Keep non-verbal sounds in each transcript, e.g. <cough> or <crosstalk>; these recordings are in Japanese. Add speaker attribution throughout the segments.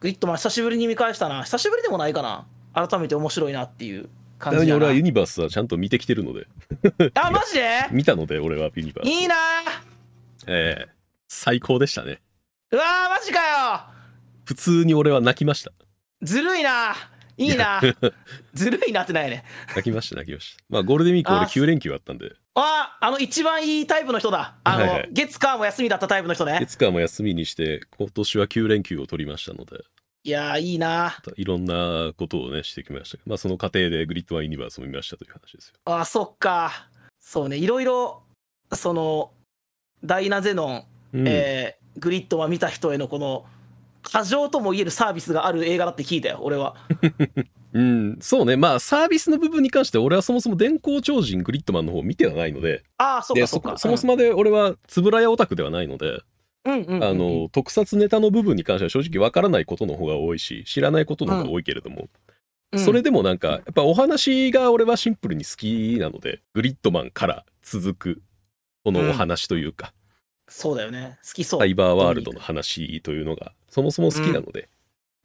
Speaker 1: グリッドマン久しぶりに見返したな久しぶりでもないかな改めて面白いなっていう
Speaker 2: ち
Speaker 1: 感
Speaker 2: なみ
Speaker 1: じ
Speaker 2: に
Speaker 1: だ
Speaker 2: 俺
Speaker 1: な
Speaker 2: はユニバースはちゃんと見てきてるので、
Speaker 1: あマジで
Speaker 2: 見たので俺はユニバース。
Speaker 1: いいな
Speaker 2: ええ最高でしたね。
Speaker 1: うわーマジかよ
Speaker 2: 普通に俺は泣きました。
Speaker 1: ずるいないいな
Speaker 2: <laughs>
Speaker 1: ずるいなってないね
Speaker 2: 泣きました、泣きました。まあゴールデンウィーク俺
Speaker 1: あ
Speaker 2: 9連休あったんで、
Speaker 1: ああの一番いいタイプの人だあの、
Speaker 2: はいはい
Speaker 1: 月火も休みだったタイプの人ね
Speaker 2: 月間も休みにして、今年は9連休を取りましたので、
Speaker 1: いやーいいない
Speaker 2: ろんなことをね、してきました。まあその過程でグリッドワンユニバースも見ましたという話ですよ。
Speaker 1: あそっかそうねいろいろそのダイナゼノン、
Speaker 2: うん
Speaker 1: えーグリッドは見た人へのこの過剰とも言えるサービスがある映画だって聞いたよ俺は
Speaker 2: うん、そうね、まあサービスの部分に関して俺はそもそも電光超人グリッドマンの方を見てはないので、
Speaker 1: ああそっ
Speaker 2: で
Speaker 1: かそ
Speaker 2: そ
Speaker 1: っか
Speaker 2: こそもそもで俺はつぶらやオタクではないので、
Speaker 1: うんうんうんうん
Speaker 2: あの特撮ネタの部分に関しては正直わからないことの方が多いし知らないことの方が多いけれども、
Speaker 1: うん
Speaker 2: それでもなんかやっぱお話が俺はシンプルに好きなのでグリッドマンから続くこのお話というか、
Speaker 1: そうだよね好きそう、
Speaker 2: サイバーワールドの話というのがそもそも好きなので、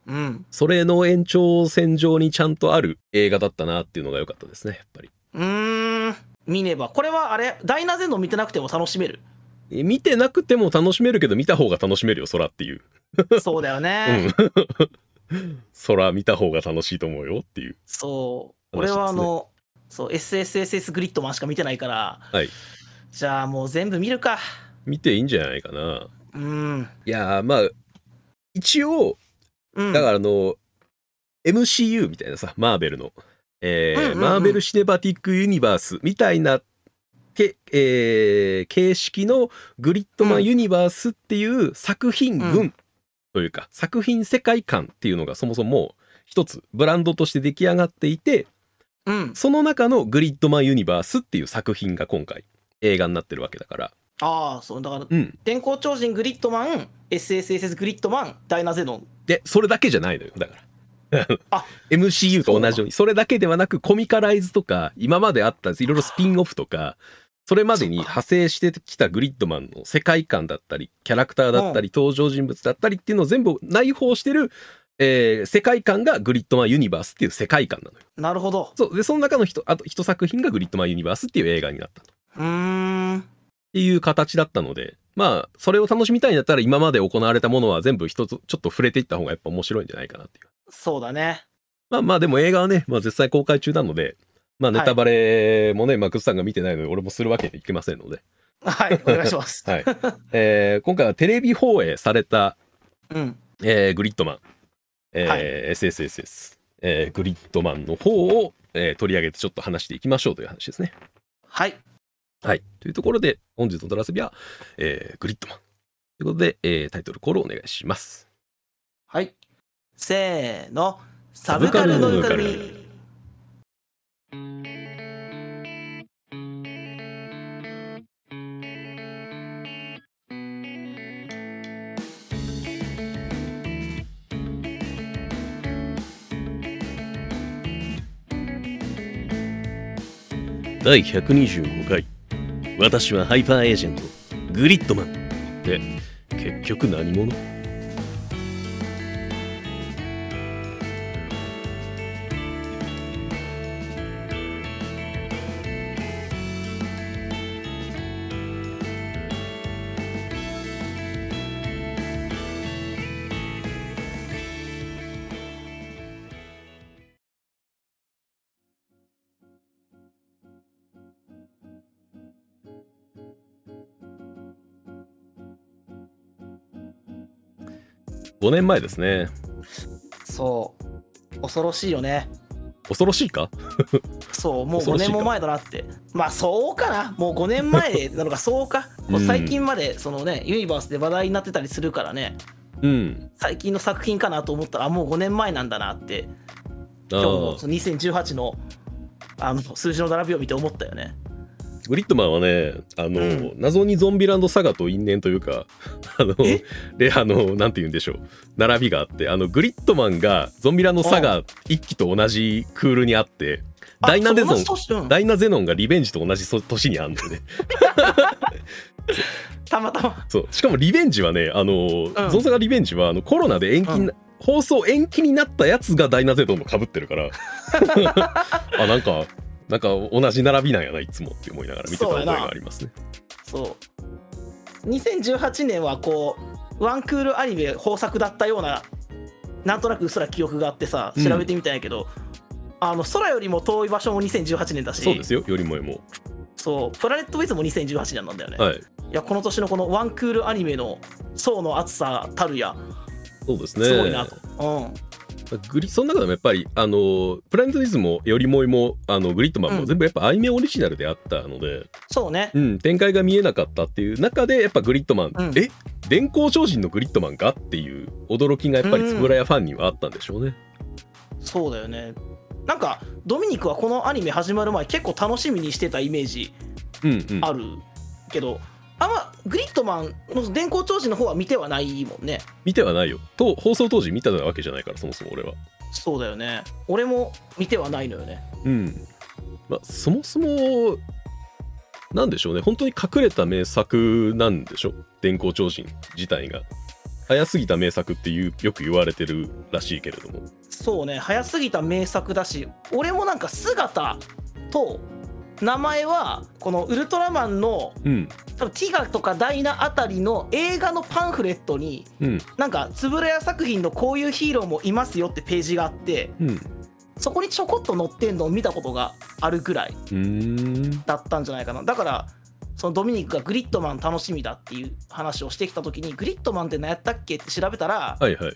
Speaker 1: うん
Speaker 2: それの延長線上にちゃんとある映画だったなっていうのが良かったですねやっぱり。
Speaker 1: うーん見ねばこれはあれダイナゼノン見てなくても楽しめる
Speaker 2: え見てなくても楽しめるけど見た方が楽しめるよ空っていう、
Speaker 1: そうだよね、
Speaker 2: <laughs> うん、 <laughs> 空見た方が楽しいと思うよっていう
Speaker 1: そう、
Speaker 2: 話
Speaker 1: 俺
Speaker 2: ですね
Speaker 1: はあの、そう、SSSS グリッドマンしか見てないから、
Speaker 2: はい
Speaker 1: じゃあもう全部見るか。
Speaker 2: 見ていいんじゃないかな
Speaker 1: うん。
Speaker 2: いやーまあ一応
Speaker 1: うん、
Speaker 2: だからあの、MCU みたいなさマーベルの、え
Speaker 1: う
Speaker 2: ー
Speaker 1: んうんうん
Speaker 2: マーベル・シネマティック・ユニバースみたいなけ、えー形式のグリッドマ
Speaker 1: うん
Speaker 2: ン・ユニバースっていう作品
Speaker 1: う
Speaker 2: 群というか、作品世界観っていうのがそもそももう一つブランドとして出来上がっていて
Speaker 1: うん、
Speaker 2: その中のグリッドマン・ユニバースっていう作品が今回映画になってるわけだから、
Speaker 1: ああ、そう、だから、
Speaker 2: うん、
Speaker 1: 電光超人グリッドマン、SSSS グリッドマン、ダイナゼノン。
Speaker 2: でそれだけじゃないのよだから <laughs>
Speaker 1: あ
Speaker 2: MCU と同じようにそれだけではなくコミカライズとか今まであったいろいろスピンオフとかそれまでに
Speaker 1: そうか
Speaker 2: 派生してきたグリッドマンの世界観だったりキャラクターだったり登場人物だったりっていうのを全部内包してる、えー世界観がグリッドマンユニバースっていう世界観なのよ
Speaker 1: なるほど。
Speaker 2: そうでその中の一あと一作品がグリッドマンユニバースっていう映画になったとっ
Speaker 1: うーん。
Speaker 2: ていう形だったのでまあそれを楽しみたいんだったら今まで行われたものは全部一つちょっと触れていった方がやっぱ面白いんじゃないかなっていう
Speaker 1: そうだね。
Speaker 2: まあまあでも映画はね、まあ、絶対公開中なので、まあ、
Speaker 1: はい
Speaker 2: ネタバレもね、まあ、グッさんが見てないので俺もするわけにいきませんので、
Speaker 1: はい、お願いします。
Speaker 2: <laughs> はいえー今回はテレビ放映された、
Speaker 1: うん。
Speaker 2: えーグリッドマン、えー
Speaker 1: はい
Speaker 2: SSSS、えーグリッドマンの方を、えー取り上げてちょっと話していきましょうという話ですね。
Speaker 1: はい。
Speaker 2: はい、というところで本日のドラセビは、えーグリッドマンということで、えータイトルコールをお願いします。
Speaker 1: はい。せーの、サ
Speaker 2: ブ
Speaker 1: ブ
Speaker 2: カ
Speaker 1: カ
Speaker 2: ル
Speaker 1: ル
Speaker 2: の
Speaker 1: の
Speaker 2: ぬ
Speaker 1: ぬ
Speaker 2: か
Speaker 1: か
Speaker 2: るみ
Speaker 1: み。
Speaker 2: 第125回私はハイパーエージェントグリッドマンって結局何者5年前ですね
Speaker 1: そう。恐ろしいよね。
Speaker 2: 恐ろしいか
Speaker 1: そうもう
Speaker 2: 恐
Speaker 1: 5
Speaker 2: ろしい
Speaker 1: 年
Speaker 2: か
Speaker 1: も前だなってまあそうかなもう5年前
Speaker 2: <laughs>
Speaker 1: なのかそうかもう最近までそのねユニバースで話題になってたりするからね
Speaker 2: うん
Speaker 1: 最近の作品かなと思ったらあもう5年前なんだなって
Speaker 2: あ
Speaker 1: 今日の
Speaker 2: ー
Speaker 1: その2018のあの数字の並びを見て思ったよね
Speaker 2: グリッドマンはねあの、
Speaker 1: うん
Speaker 2: 謎にゾンビランドサガと因縁というか <laughs> あの
Speaker 1: え
Speaker 2: レアのなんて言うんでしょう並びがあってあのグリッドマンがゾンビランドサガ1期と同じクールにあって
Speaker 1: あ
Speaker 2: ダイナゼゾン
Speaker 1: そう同じ年うん
Speaker 2: ダイナゼノンがリベンジと同じそ年にあんのよね
Speaker 1: たまたま
Speaker 2: そうしかもリベンジはねあの、
Speaker 1: ん
Speaker 2: ゾンサガリベンジはあのコロナで延期にな、放送延期になったやつがダイナゼドンも被ってるから
Speaker 1: <laughs>
Speaker 2: <laughs> あなんかなんか同じ並びなんやないつもって思いながら見てた覚えがありますね
Speaker 1: そう2018年はこうワンクールアニメ豊作だったようななんとなくうっすら記憶があってさ調べてみたんやけど、あの空よりも遠い場所も2018年だし
Speaker 2: そうですよよりもえも
Speaker 1: そうプラネットウィズも2018年なんだよね、
Speaker 2: はい
Speaker 1: いやこの年のこのワンクールアニメの層の厚さたるや
Speaker 2: そうですね
Speaker 1: すごいなと、うん
Speaker 2: グリその中でもやっぱりあのプラネトリズムもよりもいもあのグリッドマン
Speaker 1: う
Speaker 2: も
Speaker 1: ん
Speaker 2: 全部やっぱアニメオリジナルであったので、
Speaker 1: そうね
Speaker 2: うん展開が見えなかったっていう中でやっぱグリッドマン、
Speaker 1: うん
Speaker 2: え電光超人のグリッドマンかっていう驚きがやっぱりつぶらやファンにはあったんでしょうね。
Speaker 1: そうだよねなんかドミニクはこのアニメ始まる前結構楽しみにしてたイメージ
Speaker 2: うんうん、
Speaker 1: あるけど、あんまグリッドマンの電光超人の方は見てはないもんね
Speaker 2: 見てはないよと放送当時見たわけじゃないからそもそも俺は。
Speaker 1: そうだよね俺も見てはないのよね
Speaker 2: うんまあ、そもそもなんでしょうね本当に隠れた名作なんでしょ電光超人自体が。早すぎた名作っていうよく言われてるらしいけれども。
Speaker 1: そうね早すぎた名作だし俺もなんか姿と名前はこのウルトラマンの
Speaker 2: うん
Speaker 1: 多分ティガとかダイナあたりの映画のパンフレットに
Speaker 2: うん
Speaker 1: なんか円谷作品のこういうヒーローもいますよってページがあって
Speaker 2: うんう
Speaker 1: そこにちょこっと載ってんのを見たことがあるぐらい
Speaker 2: ーん
Speaker 1: だったんじゃないかなだからそのドミニクがグリッドマン楽しみだっていう話をしてきた時にグリッドマンって何やったっけって調べたら
Speaker 2: はいはい。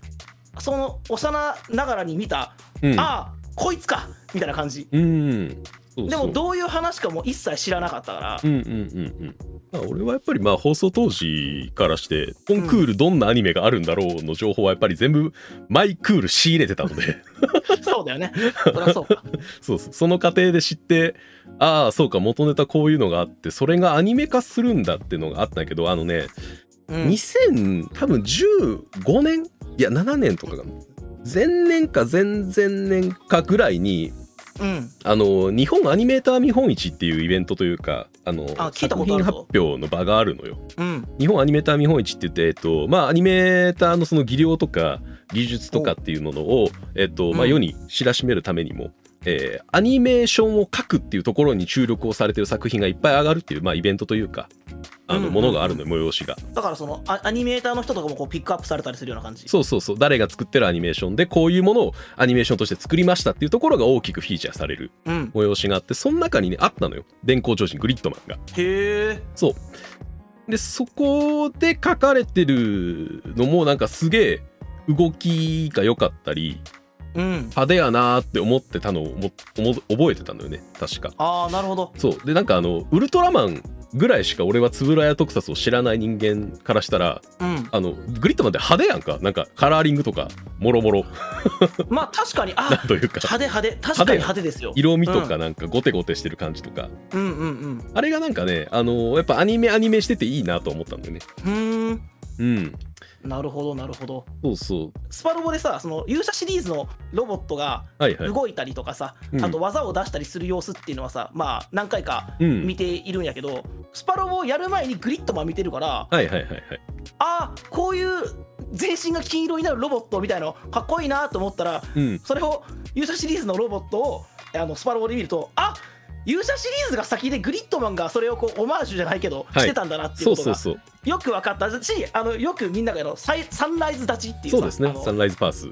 Speaker 1: その幼ながらに見た
Speaker 2: うん、
Speaker 1: ああこいつかみたいな感じ
Speaker 2: うんそうそう
Speaker 1: でもどういう話かも一切知らなかったから
Speaker 2: うんうんうんうんまあ、俺はやっぱりまあ放送当時からしてコンクールどんなアニメがあるんだろうの情報はやっぱり全部マイクール仕入れてたので
Speaker 1: そうだよね <laughs> そりゃそうか
Speaker 2: <laughs> そうそうその過程で知ってああそうか元ネタこういうのがあってそれがアニメ化するんだってのがあったんやけどあのね
Speaker 1: うん
Speaker 2: 2000多分15年いや7年とかが前年か前々年かぐらいに
Speaker 1: うん
Speaker 2: あの日本アニメーター見本市っていうイベントというかあの
Speaker 1: あ聞いた
Speaker 2: 作
Speaker 1: ことあ
Speaker 2: 品
Speaker 1: るぞ
Speaker 2: 発表の場があるのよ。
Speaker 1: うん
Speaker 2: 日本アニメーター見本市って言って、えっとまあ、アニメーターのその技量とか技術とかっていうものを、えっとまあ、
Speaker 1: うん
Speaker 2: 世に知らしめるためにも、えーアニメーションを書くっていうところに注力をされてる作品がいっぱい上がるっていう、まあ、イベントというかあ
Speaker 1: うんう
Speaker 2: の
Speaker 1: ん
Speaker 2: ものがあるのよ催しが。
Speaker 1: だからそのアアニメーターの人とかもこうピックアップされたりするような感じ
Speaker 2: そうそうそう誰が作ってるアニメーションでこういうものをアニメーションとして作りましたっていうところが大きくフィーチャーされる
Speaker 1: うん
Speaker 2: 催しがあってその中にねあったのよ電光超人グリッドマンが。
Speaker 1: へえ
Speaker 2: そう。で、そこで書かれてるのもなんかすげえ動きが良かったり、
Speaker 1: うん
Speaker 2: 派手やなーって思ってたのをも思覚えてたのよね、確か。
Speaker 1: ああなるほど
Speaker 2: そう。で、なんかあの、ウルトラマンぐらいしか俺は円谷特撮を知らない人間からしたら、
Speaker 1: うん
Speaker 2: あの、グリッドマンって派手やんか。なんかカラーリングとか、もろもろ、 <laughs>
Speaker 1: まあ確かに <laughs> あ
Speaker 2: なんというか、
Speaker 1: 派手派手確かに派手ですよ
Speaker 2: 色味とかなんかゴテゴテしてる感じとか、
Speaker 1: うんうんうん
Speaker 2: あれがなんかね、あのやっぱアニメアニメしてていいなと思ったんだよね。
Speaker 1: ふーん
Speaker 2: うん。
Speaker 1: なるほどなるほど
Speaker 2: そうそう。
Speaker 1: スパロボでさその勇者シリーズのロボットが
Speaker 2: はいはい。
Speaker 1: 動いたりとかさ、
Speaker 2: うん
Speaker 1: あと技を出したりする様子っていうのはさまあ何回か
Speaker 2: うん
Speaker 1: 見ているんやけど、スパロボをやる前にグリッドマン見てるから
Speaker 2: はいはいはいはい。
Speaker 1: あーこういう全身が金色になるロボットみたいなのかっこいいなと思ったら
Speaker 2: うん。
Speaker 1: それを勇者シリーズのロボットをあのスパロボで見るとあ勇者シリーズが先でグリッドマンがそれをこうオマージュじゃないけど、
Speaker 2: はい
Speaker 1: してたんだなっていう
Speaker 2: そう
Speaker 1: こと
Speaker 2: そう
Speaker 1: が
Speaker 2: そう。
Speaker 1: よく分かったしあのよくみんながあのサイサンライズ立ちっていうさ
Speaker 2: そうです
Speaker 1: あ
Speaker 2: ね。
Speaker 1: の
Speaker 2: サンライズパース。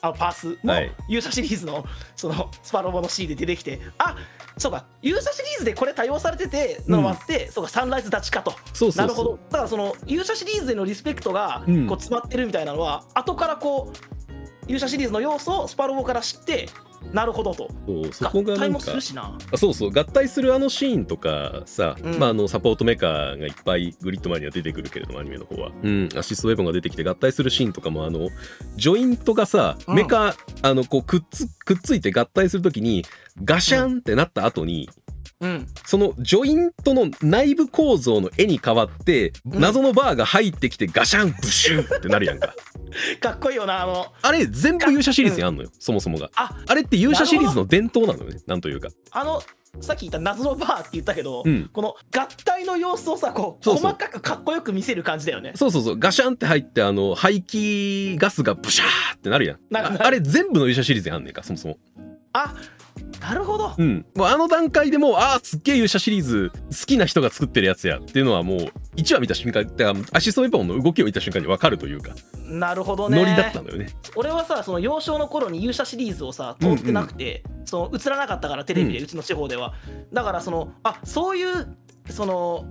Speaker 1: あのパースの
Speaker 2: はい
Speaker 1: 勇者シリーズのそのスパロボのシーンで出てきてあそうか勇者シリーズでこれ多用されててのもあって、そうかサンライズ立ちかと
Speaker 2: そうそうそ
Speaker 1: な
Speaker 2: う。
Speaker 1: るほど。だからその勇者シリーズへのリスペクトがこ
Speaker 2: う
Speaker 1: うん詰まってるみたいなのは、後からこう勇者シリーズの要素をスパロボから知ってなるほどと
Speaker 2: そうそこ
Speaker 1: 合
Speaker 2: がな
Speaker 1: 体
Speaker 2: ん
Speaker 1: も
Speaker 2: か
Speaker 1: するしな
Speaker 2: あそうそう合体するあのシーンとかさ、
Speaker 1: うん
Speaker 2: まあ、あのサポートメカーがいっぱいグリッドマンには出てくるけれどもアニメの方は、うん、アシストウェポンが出てきて合体するシーンとかもあのジョイントがさ
Speaker 1: うん
Speaker 2: メカ、あのこうくっつくっついて合体するときにガシャンってなった後に、
Speaker 1: うん
Speaker 2: そのジョイントの内部構造の絵に変わって
Speaker 1: うん
Speaker 2: 謎のバーが入ってきてガシャンブシューってなるやんか。
Speaker 1: かっこいいよ <laughs> なあの
Speaker 2: あれ全部勇者シリーズにあんのよ、そもそもが。
Speaker 1: あ
Speaker 2: あれって勇者シリーズの伝統なのよね、なんというか。
Speaker 1: あのさっき言った謎のバーって言ったけど、
Speaker 2: うん
Speaker 1: この合体の様子をさこう
Speaker 2: そうそう
Speaker 1: 細かくかっこよく見せる感じだよね
Speaker 2: そうそうそうガシャンって入ってあの排気ガスがブシャーってなるやん
Speaker 1: なるなる
Speaker 2: ああれ全部の医者シリーズにあんねんかそもそも
Speaker 1: あなるほど
Speaker 2: うんもうあの段階でもうああすっげえ勇者シリーズ好きな人が作ってるやつやっていうのはもう1話見た瞬間だからアシストメポンの動きを見た瞬間に分かるというか
Speaker 1: なるほどね
Speaker 2: ノリだったんだよね
Speaker 1: 俺はさその幼少の頃に勇者シリーズをさ通ってなくて、その映らなかったからテレビで、うちの地方ではだからそのあそういうその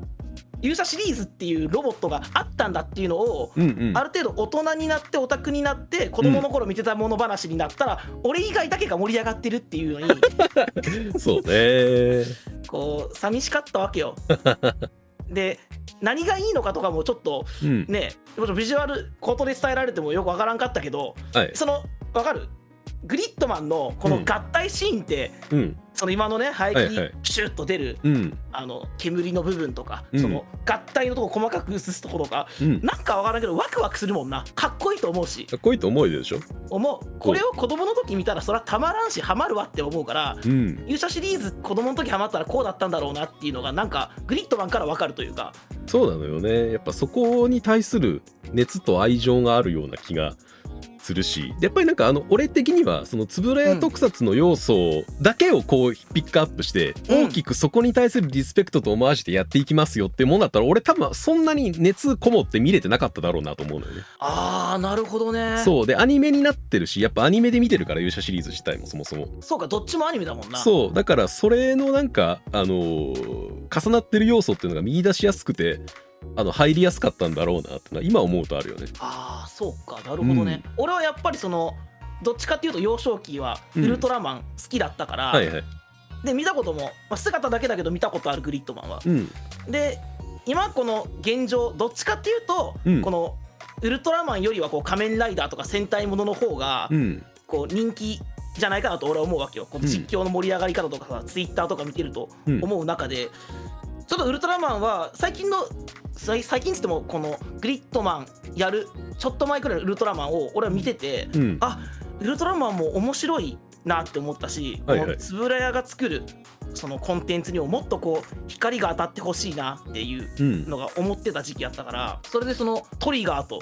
Speaker 1: 勇者シリーズっていうロボットがあったんだっていうのを、
Speaker 2: うんうん
Speaker 1: ある程度大人になってオタクになって子供の頃見てたもの話になったら、俺以外だけが盛り上がってるっていうの
Speaker 2: <laughs>
Speaker 1: に
Speaker 2: そうね
Speaker 1: こう寂しかったわけ
Speaker 2: <laughs>
Speaker 1: よ。で何がいいのかとかもちょっと
Speaker 2: <laughs> うん
Speaker 1: ねもちろんビジュアルことで伝えられてもよくわからんかったけど
Speaker 2: はい
Speaker 1: そのわかるグリッドマンのこの
Speaker 2: うん
Speaker 1: 合体シーンって、
Speaker 2: うん
Speaker 1: その今のね排
Speaker 2: はい
Speaker 1: 気
Speaker 2: はい
Speaker 1: シュッと出る、
Speaker 2: うん
Speaker 1: あの煙の部分とか、
Speaker 2: うん
Speaker 1: その合体のとこ細かく映すところが
Speaker 2: うん
Speaker 1: なんかわからんけどワクワクするもんなかっこいいと思うし
Speaker 2: かっこいいと思うでしょ
Speaker 1: 思うこれを子供の時見たらそれはたまらんしハマるわって思うから
Speaker 2: うん
Speaker 1: 勇者シリーズ子供の時ハマったらこうだったんだろうなっていうのがなんかグリッドマンからわかるというか
Speaker 2: そうなのよねやっぱそこに対する熱と愛情があるような気がするしでやっぱりなんかあの俺的にはそのつぶれ特撮の要素だけをこうピックアップして、
Speaker 1: うん
Speaker 2: 大きくそこに対するリスペクトと思わジでやっていきますよってもんだったら俺多分そんなに熱こもって見れてなかっただろうなと思うのよね。
Speaker 1: あーなるほどね
Speaker 2: そうでアニメになってるしやっぱアニメで見てるから勇者シリーズ自体もそもそも。
Speaker 1: そうかどっちもアニメだもんな
Speaker 2: そうだからそれのなんかあのー重なってる要素っていうのが見出しやすくてあの入りやすかったんだろうなってのは今思うとあるよね。
Speaker 1: ああそうかなるほどね、俺はやっぱりそのどっちかっていうと幼少期は
Speaker 2: う
Speaker 1: ウ
Speaker 2: ん
Speaker 1: ルトラマン好きだったから、
Speaker 2: はいはい。
Speaker 1: で見たことも、まあ、姿だけだけど見たことあるグリッドマンは
Speaker 2: うん
Speaker 1: で今この現状どっちかっていうと、
Speaker 2: うん
Speaker 1: このウルトラマンよりはこう仮面ライダーとか戦隊ものの方が
Speaker 2: うん
Speaker 1: こう人気じゃないかなと俺は思うわけよこの
Speaker 2: うん
Speaker 1: 実況の盛り上がり方とかさ、ツイッターとか見てると
Speaker 2: うん
Speaker 1: 思う中で、ちょっとウルトラマンは最近の最最近っつってもこのグリッドマンやるちょっと前くらいのウルトラマンを俺は見てて、
Speaker 2: うん
Speaker 1: あウルトラマンも面白いなって思ったし、
Speaker 2: はいはい
Speaker 1: このつぶらやが作るそのコンテンツにももっとこう光が当たってほしいなっていう
Speaker 2: うん
Speaker 1: のが思ってた時期やったからそれでそのトリガーと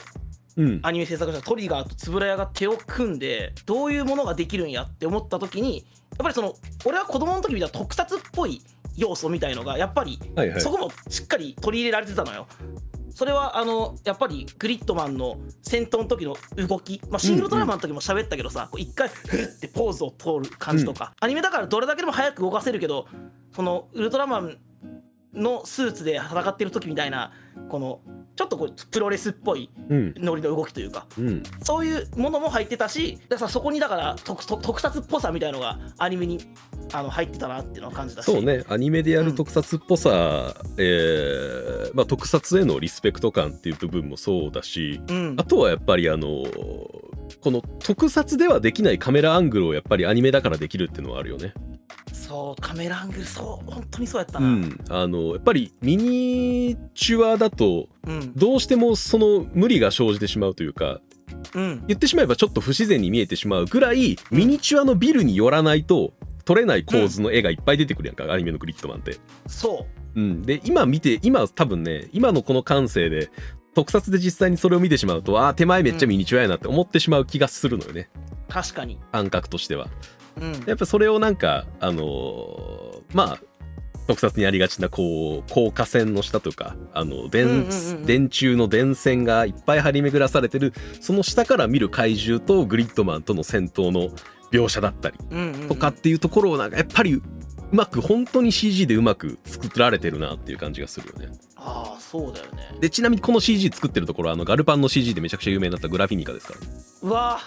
Speaker 2: うん
Speaker 1: アニメ制作者トリガーと円谷が手を組んでどういうものができるんやって思った時にやっぱりその俺は子供の時見た特撮っぽい要素みたいのがやっぱり
Speaker 2: はいはい
Speaker 1: そ。こもしっかり取り入れられてたのよ。それはあのやっぱりグリッドマンの戦闘の時の動き、まあ、シングルドラマの時も喋ったけどさこう一回フッてポーズを通る感じとか、アニメだからどれだけでも早く動かせるけどそのウルトラマンのスーツで戦ってる時みたいなこのちょっとこうプロレスっぽい
Speaker 2: うん
Speaker 1: ノリの動きというか
Speaker 2: うん
Speaker 1: そういうものも入ってたしでさそこにだから特特特撮っぽさみたいのがアニメにあの入ってたなっていうのは感じたし
Speaker 2: そうねアニメでやる特撮っぽさ、えーまあ、特撮へのリスペクト感っていう部分もそうだし
Speaker 1: うん
Speaker 2: あとはやっぱりあのこの特撮ではできないカメラアングルをやっぱりアニメだからできるっていうのはあるよね。
Speaker 1: そうカメラアングルそう本当にそうやった
Speaker 2: う
Speaker 1: な、うん
Speaker 2: ん、あのやっぱりミニチュアだとどうしてもその無理が生じてしまうというか
Speaker 1: うん
Speaker 2: 言ってしまえばちょっと不自然に見えてしまうぐらいミニチュアのビルによらないと撮れない構図の絵がいっぱい出てくるやんか、アニメのグリッドマンって。
Speaker 1: そ
Speaker 2: うん、で今見て今多分ね今のこの感性で特撮で実際にそれを見てしまうとあー手前めっちゃミニチュアやなって思ってしまう気がするのよね
Speaker 1: う確かに、
Speaker 2: 感覚としては。
Speaker 1: うん、
Speaker 2: やっぱそれをなんかあのーまあ特撮にありがちなこう高架線の下とかあの電,、
Speaker 1: うんうんうんうん
Speaker 2: 電柱の電線がいっぱい張り巡らされてるその下から見る怪獣とグリッドマンとの戦闘の描写だったり
Speaker 1: うんうんうん
Speaker 2: とかっていうところをなんかやっぱりうまく本当に CG でうまく作られてるなっていう感じがするよね。
Speaker 1: ああそうだよね
Speaker 2: でちなみにこの CG 作ってるところはあのガルパンの CG でめちゃくちゃ有名になったグラフィニカですから、
Speaker 1: うわ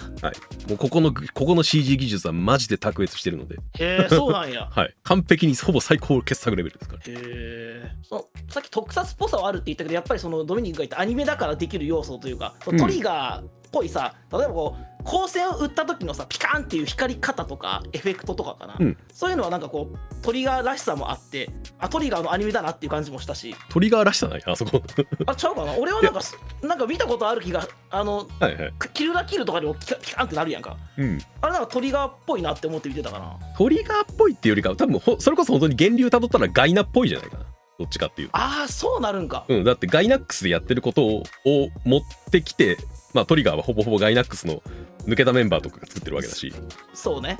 Speaker 2: もうここのここの CG 技術はマジで卓越してるので、
Speaker 1: へえそうなんや
Speaker 2: はい、完璧にほぼ最高傑作レベルですから。
Speaker 1: へえそのさっき特撮っぽさはあるって言ったけどやっぱりそのドミニクが言ったアニメだからできる要素というか、そのトリガーぽいさ例えばこう光線を打った時のさピカーンっていう光り方とかエフェクトとかかな、
Speaker 2: うん
Speaker 1: そういうのはなんかこうトリガーらしさもあってあトリガーのアニメだなっていう感じもした
Speaker 2: <laughs>
Speaker 1: し
Speaker 2: トリガーらしさないあそこ
Speaker 1: あちゃうかな俺はなんかなんか見たことある気があの
Speaker 2: はいはい
Speaker 1: キルラキルとかでもピカピカーンってなるやんか
Speaker 2: うん
Speaker 1: あれなんかトリガーっぽいなって思って見てたかな
Speaker 2: トリガーっぽいっていうよりかは多分ほそれこそ本当に源流たどったらガイナっぽいじゃないかなどっちかっていうと
Speaker 1: ああそうなるんか
Speaker 2: うん、だってガイナックスでやってることをを持ってきて、まあ、トリガーはほぼほぼガイナックスの抜けたメンバーとかが作ってるわけだし
Speaker 1: そう
Speaker 2: <laughs>
Speaker 1: ね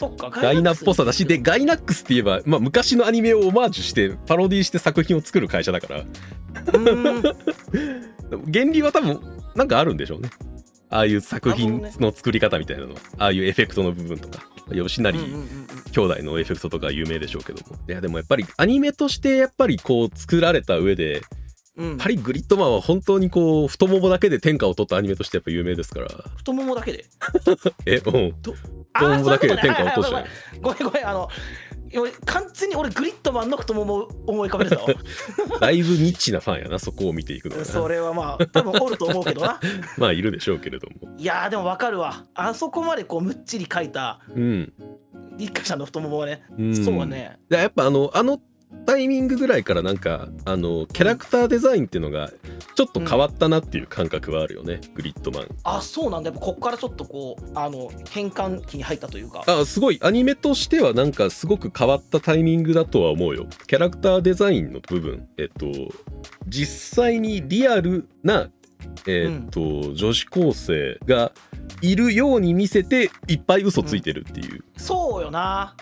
Speaker 1: そっか
Speaker 2: ガイナっぽさだしで
Speaker 1: ガイナック
Speaker 2: ガイナックスって言えば、まあ、昔のアニメをオマージュしてパロディして作品を作る会社だから
Speaker 1: スうーん
Speaker 2: 原理は多分なんかあるんでしょうねああいう作品
Speaker 1: なるほ
Speaker 2: の作り方みたいなのああいうエフェクトの部分とか吉成
Speaker 1: うんうんうんうん
Speaker 2: 兄弟のエフェクトとか有名でしょうけどもいやでもやっぱりアニメとしてやっぱりこう作られた上で
Speaker 1: うん
Speaker 2: パリグリッドマンは本当にこう太ももだけで天下を取ったアニメとしてやっぱ有名ですから
Speaker 1: 太ももだけで
Speaker 2: えうん
Speaker 1: あ
Speaker 2: 太
Speaker 1: ー
Speaker 2: ももだけで天下を落とし
Speaker 1: そうい
Speaker 2: た
Speaker 1: うことねはいはいごめんごめんあの今完全に俺グリッドマンの太ももを思い浮かべてたわ
Speaker 2: だいぶニッチなファンやなそこを見ていく <laughs> の
Speaker 1: そ
Speaker 2: は
Speaker 1: れはまあ多分おると思うけどな
Speaker 2: まあいるでしょうけれども
Speaker 1: いやーでもわかるわあそこまでこうむっちり描いた
Speaker 2: うん、
Speaker 1: 一家さんの太ももはね、
Speaker 2: うん、
Speaker 1: そうはね
Speaker 2: だからやっぱあのあのタイミングぐらいからなんかあのキャラクターデザインっていうのがちょっと変わったなっていう感覚はあるよね、グリッドマン
Speaker 1: あそうなんだやっぱこっからちょっとこうあの変換期に入ったというか
Speaker 2: あすごいアニメとしてはなんかすごく変わったタイミングだとは思うよキャラクターデザインの部分えっと実際にリアルなえっと、女子高生がいるように見せていっぱい嘘ついてるっていう
Speaker 1: そうよな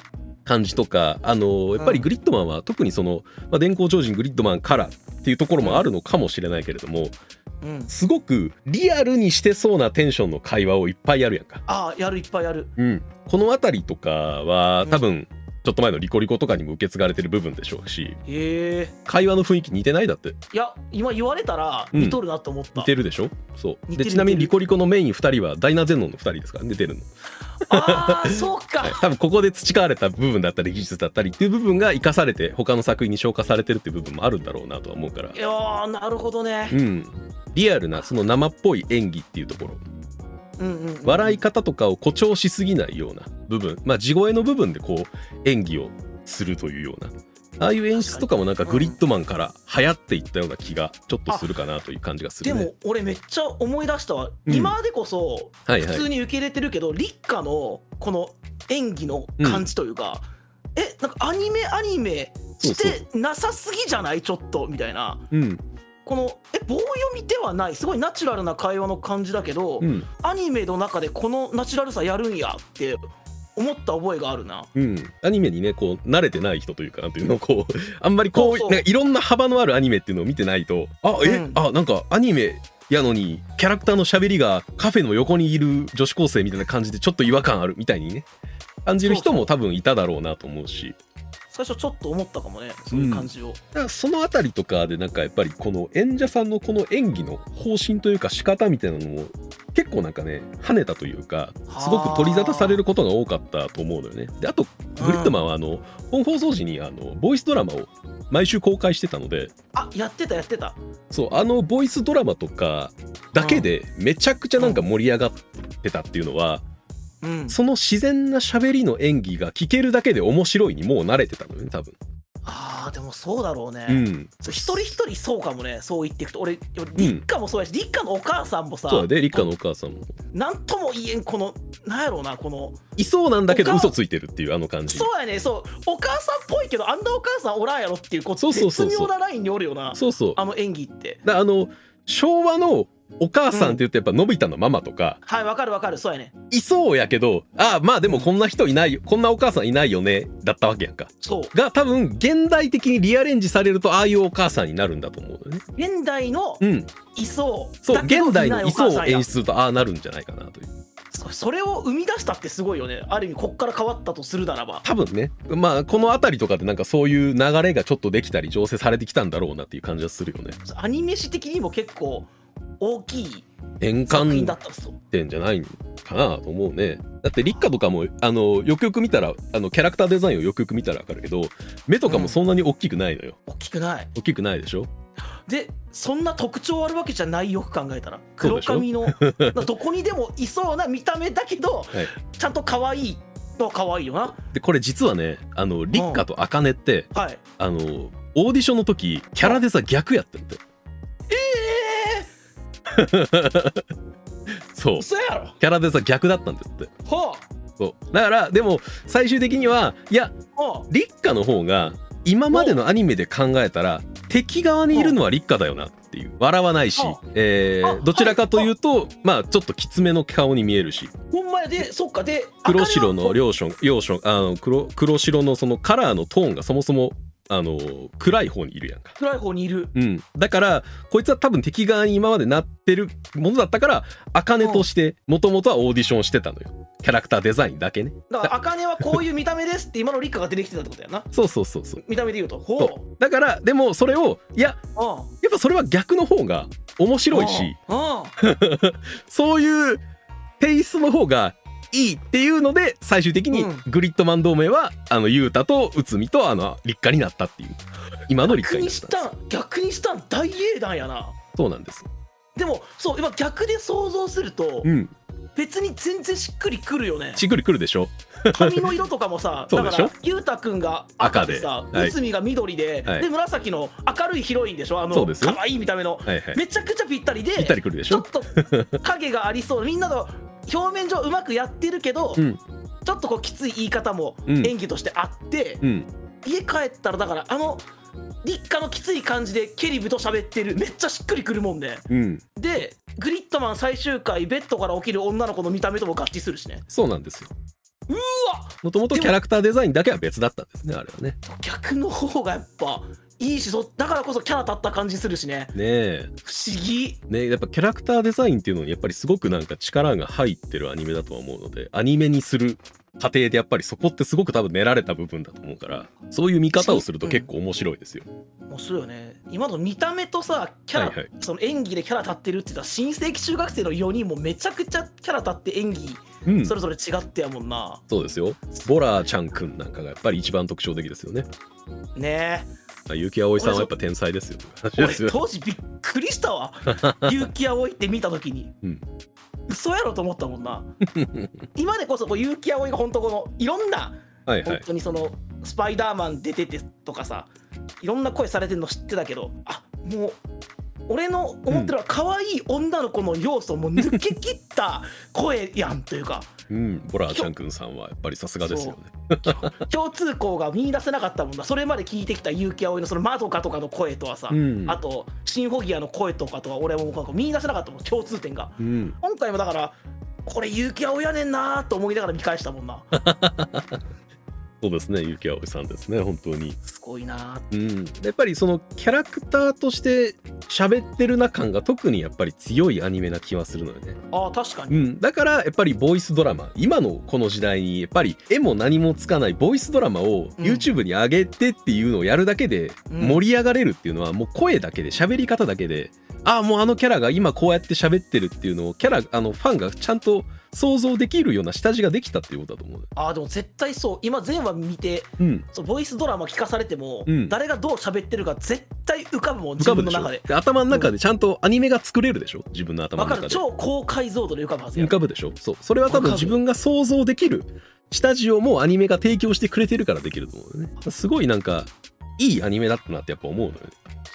Speaker 2: 感じとかあのやっぱり
Speaker 1: うん
Speaker 2: グリッドマンは特にその、まあ、電光超人グリッドマンからっていうところもあるのかもしれないけれども
Speaker 1: うん
Speaker 2: すごくリアルにしてそうなテンションの会話をいっぱいやるやんか。
Speaker 1: あやるいっぱいやる
Speaker 2: うん、この辺りとかは
Speaker 1: うん
Speaker 2: 多分ちょっと前のリコリコとかにも受け継がれてる部分でしょうし
Speaker 1: へえ
Speaker 2: 会話の雰囲気似てないだって
Speaker 1: いや今言われたら
Speaker 2: うん
Speaker 1: 似とるなと思った、
Speaker 2: 似てるでしょそう
Speaker 1: 似
Speaker 2: で
Speaker 1: てる
Speaker 2: ちなみ
Speaker 1: 似
Speaker 2: に
Speaker 1: て
Speaker 2: リ
Speaker 1: る
Speaker 2: コリコのメイン2人はダイナゼノンの2人ですからね出てるの、
Speaker 1: ああそうか、
Speaker 2: はい多分ここで培われた部分だったり技術だったりっていう部分が生かされて他の作品に消化されてるっていう部分もあるんだろうなとは思うから
Speaker 1: い、やーなるほどね
Speaker 2: う、ん、リアルなその生っぽい演技っていうところ
Speaker 1: うんうんうん
Speaker 2: 笑い方とかを誇張しすぎないような部分まあ地声の部分でこう演技をするというようなああいう演出とかもなんかグリッドマンから流行っていったような気がちょっとするかなという感じがす
Speaker 1: で
Speaker 2: るね
Speaker 1: も。俺めっちゃ思い出したわ、
Speaker 2: うん
Speaker 1: 今でこそ
Speaker 2: はい
Speaker 1: 普
Speaker 2: はい
Speaker 1: 通に受け入れてるけど、立夏のこの演技の感じというか、えなんかアニメアニメ
Speaker 2: そ
Speaker 1: し
Speaker 2: うそう
Speaker 1: てなさすぎじゃないちょっとみたいな
Speaker 2: うん
Speaker 1: このえ棒読みではないすごいナチュラルな会話の感じだけど、
Speaker 2: うん
Speaker 1: アニメの中でこのナチュラルさやるんやって思った覚えがあるな
Speaker 2: うん、アニメにねこう慣れてない人というかなんていうのこ
Speaker 1: <laughs>
Speaker 2: うあんまりこ
Speaker 1: そ
Speaker 2: う
Speaker 1: うそう
Speaker 2: なんかいろんな幅のあるアニメっていうのを見てないとあえ、
Speaker 1: うん
Speaker 2: あなんかアニメやのにキャラクターの喋りがカフェの横にいる女子高生みたいな感じでちょっと違和感あるみたいにね感じる人も多分いただろうなと思うし
Speaker 1: 最初ちょっと思ったかもねそういう感じを、
Speaker 2: だからその辺りとかでなんかやっぱりこの演者さんのこの演技の方針というか仕方みたいなのも結構なんかね跳ねたというかすごく取り沙汰されることが多かったと思うのよね。であとグリッドマンはあの本放送時にあのボイスドラマを毎週公開してたので
Speaker 1: あやってたやってた
Speaker 2: そうあのボイスドラマとかだけでめちゃくちゃなんか盛り上がってたっていうのは
Speaker 1: うん
Speaker 2: その自然な喋りの演技が聞けるだけで面白いにもう慣れてたのよね多分。
Speaker 1: あーでもそうだろうね、
Speaker 2: うん、
Speaker 1: そう一人一人そうかもねそう言っていくと俺立夏もそうやし立夏のお母さんもさ
Speaker 2: そうだねリッカのお母さんも
Speaker 1: なんとも言えんこのなんやろうなこの
Speaker 2: いそうなんだけど
Speaker 1: お母
Speaker 2: 嘘ついてるっていうあの感じ
Speaker 1: そうやねそうお母さんっぽいけどあんなお母さんおらんやろっていうこう
Speaker 2: そうそうそうそう
Speaker 1: 絶妙なラインにおるよな
Speaker 2: そうそう
Speaker 1: あの演技って
Speaker 2: だあの昭和のお母さんって言ってやっぱのび太のママとか、
Speaker 1: はいわかるわかるそうやね
Speaker 2: いそうやけどああまあでもこんな人いないよこんなお母さんいないよねだったわけやんか
Speaker 1: そう
Speaker 2: が多分現代的にリアレンジされるとああいうお母さんになるんだと思うのね
Speaker 1: 現代の
Speaker 2: うん
Speaker 1: いそう
Speaker 2: そう
Speaker 1: だけど
Speaker 2: 現代の
Speaker 1: い
Speaker 2: い
Speaker 1: ない
Speaker 2: そ
Speaker 1: お母
Speaker 2: う
Speaker 1: さ
Speaker 2: を
Speaker 1: んや
Speaker 2: 演出するとああなるんじゃないかなという
Speaker 1: そそれを生み出したってすごいよねある意味こっから変わったとするならば
Speaker 2: 多分ねまあこの辺りとかでなんかそういう流れがちょっとできたり醸成されてきたんだろうなっていう感じはするよね
Speaker 1: アニメ史的にも結構大きい
Speaker 2: 変
Speaker 1: 作品
Speaker 2: 換
Speaker 1: だったんですよ
Speaker 2: ってんじゃないかなと思うねだって立夏とかもあのよくよく見たらあのキャラクターデザインをよくよく見たら分かるけど目とかもそんなに大きくないのよ、
Speaker 1: 大きくない
Speaker 2: 大きくないでしょ
Speaker 1: でそんな特徴あるわけじゃないよく考えたら
Speaker 2: そう
Speaker 1: 黒
Speaker 2: でしょ
Speaker 1: 髪の
Speaker 2: <laughs>
Speaker 1: どこにでもいそうな見た目だけど
Speaker 2: はい、
Speaker 1: ちゃんと可愛いのは可愛いよな
Speaker 2: でこれ実はねあの立花と茜って
Speaker 1: はい
Speaker 2: あのオーディションの時キャラデザ逆やってんだよ
Speaker 1: え
Speaker 2: そう
Speaker 1: ー、嘘やろ
Speaker 2: キャラデザ逆だったんですって
Speaker 1: は
Speaker 2: そうだからでも最終的にはいや
Speaker 1: あは
Speaker 2: 立花の方が今までのアニメで考えたら敵側にいるのは立花だよなっていう笑わないし
Speaker 1: お、
Speaker 2: えー
Speaker 1: あ
Speaker 2: どちらかというとまあちょっときつめの顔に見えるし
Speaker 1: あほんまやでそっかで
Speaker 2: 黒白の
Speaker 1: 両
Speaker 2: 両色両色あの黒黒白のそのカラーのトーンがそもそもあの暗い方にいるやんか。
Speaker 1: 暗い方にいる
Speaker 2: うん、だからこいつは多分敵側に今までなってるものだったから茜としてもともとはオーディションしてたのよキャラクターデザインだけね
Speaker 1: だから茜はこういう見た目ですって今のリカが出てきてたってことやな
Speaker 2: そうそうそうそう
Speaker 1: 見た目で言うとほう
Speaker 2: そうだからでもそれをいや
Speaker 1: ああ
Speaker 2: やっぱそれは逆の方が面白いし <laughs>
Speaker 1: ああ
Speaker 2: そういうテイストの方がいいっていうので最終的に
Speaker 1: うん
Speaker 2: グリッドマン同盟はあのユータと内海とあの立花になったっていう今の
Speaker 1: 逆
Speaker 2: 立花に
Speaker 1: に
Speaker 2: なっ
Speaker 1: したたん逆にしたん大英断やな
Speaker 2: そうなんです
Speaker 1: でもそう今逆で想像すると
Speaker 2: うん
Speaker 1: 別に全然しっくりくるよね
Speaker 2: しっくりくるでしょ
Speaker 1: 髪の色とかもさ
Speaker 2: そ
Speaker 1: だ
Speaker 2: うで
Speaker 1: か
Speaker 2: しょ
Speaker 1: ら裕太君が赤でさ
Speaker 2: 赤ではい
Speaker 1: 内海が緑で
Speaker 2: はい
Speaker 1: で紫の明るいヒロインでしょあ
Speaker 2: そう
Speaker 1: の
Speaker 2: ですよ
Speaker 1: 可愛い見た目の
Speaker 2: はいはい
Speaker 1: めちゃくちゃぴったりで
Speaker 2: ぴったりくるでし
Speaker 1: ちょ
Speaker 2: ょ
Speaker 1: っと影がありそうみんなの表面上うまくやってるけど、
Speaker 2: うん
Speaker 1: ちょっとこうきつい言い方も
Speaker 2: うん
Speaker 1: 演技としてあって、
Speaker 2: うん
Speaker 1: 家帰ったらだからあの立夏のきつい感じでケリブと喋ってるめっちゃしっくりくるもんね
Speaker 2: うん
Speaker 1: でグリットマン最終回ベッドから起きる女の子の見た目とも合致するしね
Speaker 2: そうなんですよ
Speaker 1: うわ
Speaker 2: もともと
Speaker 1: でも
Speaker 2: キャラクターデザインだけは別だったんですねあれはね
Speaker 1: 逆の方がやっぱいいしそだからこそキャラ立った感じするしね
Speaker 2: ねえ
Speaker 1: 不思議
Speaker 2: ねやっぱキャラクターデザインっていうのにやっぱりすごくなんか力が入ってるアニメだとは思うのでアニメにする過程でやっぱりそこってすごく多分練られた部分だと思うからそういう見方をすると結構面白いですよ。
Speaker 1: 面白いよね今の見た目とさキャラ、
Speaker 2: はいはい
Speaker 1: その演技でキャラ立ってるって言ったら新世紀中学生の4人もめちゃくちゃキャラ立って演技
Speaker 2: うん、
Speaker 1: それぞれ違ってやもんな、
Speaker 2: そうですよボラちゃんくんなんかがやっぱり一番特徴的ですよね。
Speaker 1: ね
Speaker 2: あ結城葵さんはやっぱ天才ですよ。
Speaker 1: え俺当時びっくりした
Speaker 2: <laughs>
Speaker 1: わ結城葵って見た時に、
Speaker 2: うん
Speaker 1: 嘘やろと思ったもん
Speaker 2: <laughs>
Speaker 1: な今でこそこう結城葵が本当このいろんな
Speaker 2: <laughs> はいは
Speaker 1: 本
Speaker 2: い。
Speaker 1: 当にそのスパイダーマン出ててとかさいろんな声されてるの知ってたけどあもう俺の思ってるのは可愛い女の子の要素をもう抜け切った声やんという
Speaker 2: <laughs>
Speaker 1: か
Speaker 2: うん、ボラちゃんくんさんはやっぱりさすがですよね。
Speaker 1: 共通項が見出せなかったもんなそれまで聞いてきた結城葵のそのマドカとかの声とはさ、
Speaker 2: うん
Speaker 1: あとシン・フォギアの声とかとは俺もなんか見出せなかったもん共通点が
Speaker 2: うん、
Speaker 1: 今回もだからこれ結城葵やねんなーと思いながら見返したもん
Speaker 2: <laughs>
Speaker 1: な
Speaker 2: そうですね結城葵さんですね本当に。
Speaker 1: すごいなーって
Speaker 2: うん、やっぱりそのキャラクターとして喋ってるな感が特にやっぱり強いアニメな気はするのよね。
Speaker 1: あー確かに
Speaker 2: うん、だからやっぱりボイスドラマ今のこの時代にやっぱり絵も何もつかないボイスドラマを
Speaker 1: うん
Speaker 2: YouTube に上げてっていうのをやるだけで
Speaker 1: うん
Speaker 2: 盛り上がれるっていうのはもう声だけで喋り方だけでああもうあのキャラが今こうやって喋ってるっていうのをキャラあのファンがちゃんと想像できるような下地ができたっていうことだと思う。
Speaker 1: あーでも絶対そう今全話見て
Speaker 2: うん
Speaker 1: そうボイスドラマ聞かされても、
Speaker 2: うん
Speaker 1: 誰がどう喋ってるか絶対浮かぶもん
Speaker 2: 浮
Speaker 1: 自
Speaker 2: かぶ
Speaker 1: 分の
Speaker 2: でしょ
Speaker 1: 中で
Speaker 2: で頭の中でちゃんとアニメが作れるでしょ自分の頭
Speaker 1: わ
Speaker 2: の
Speaker 1: かる
Speaker 2: 中で。
Speaker 1: 超高解像度で浮かぶはずや
Speaker 2: 浮かぶでしょそうそれは多
Speaker 1: わか
Speaker 2: 分
Speaker 1: る
Speaker 2: 自分が想像できる下地をもうアニメが提供してくれてるからできると思うよねすごいなんかいいアニメだったなってやっぱ思うのよね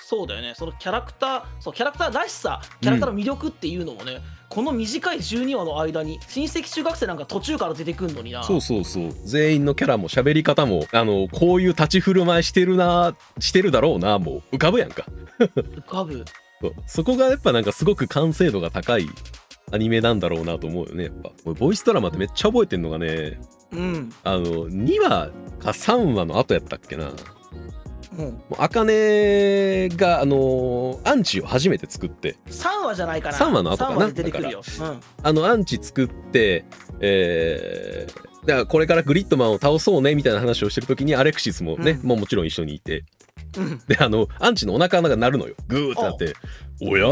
Speaker 1: そうだよねそのキャラクターそうキャラクターらしさキャラクターの魅力っていうのもね、この短い12話の間に親戚中学生なんか途中から出てくんのにな
Speaker 2: そうそうそう全員のキャラも喋り方もあのこういう立ち振る舞いしてるなしてるだろうなもう浮かぶやんか
Speaker 1: 浮かぶ
Speaker 2: そうそこがやっぱなんかすごく完成度が高いアニメなんだろうなと思うよねやっぱ俺ボイスドラマってめっちゃ覚えてんのがね
Speaker 1: うん
Speaker 2: あの2話か3話の後やったっけな
Speaker 1: うん
Speaker 2: もう茜があのアンチを初めて作って
Speaker 1: 3話じゃないかな
Speaker 2: 三話の後かな
Speaker 1: 三話で出てくるよ、うん、
Speaker 2: あのアンチ作って、えー、だからこれからグリッドマンを倒そうねみたいな話をしてる時にアレクシスもね、
Speaker 1: うん
Speaker 2: もうもちろん一緒にいて
Speaker 1: うん
Speaker 2: であのアンチのお腹の中が鳴るのよグーってなって「おや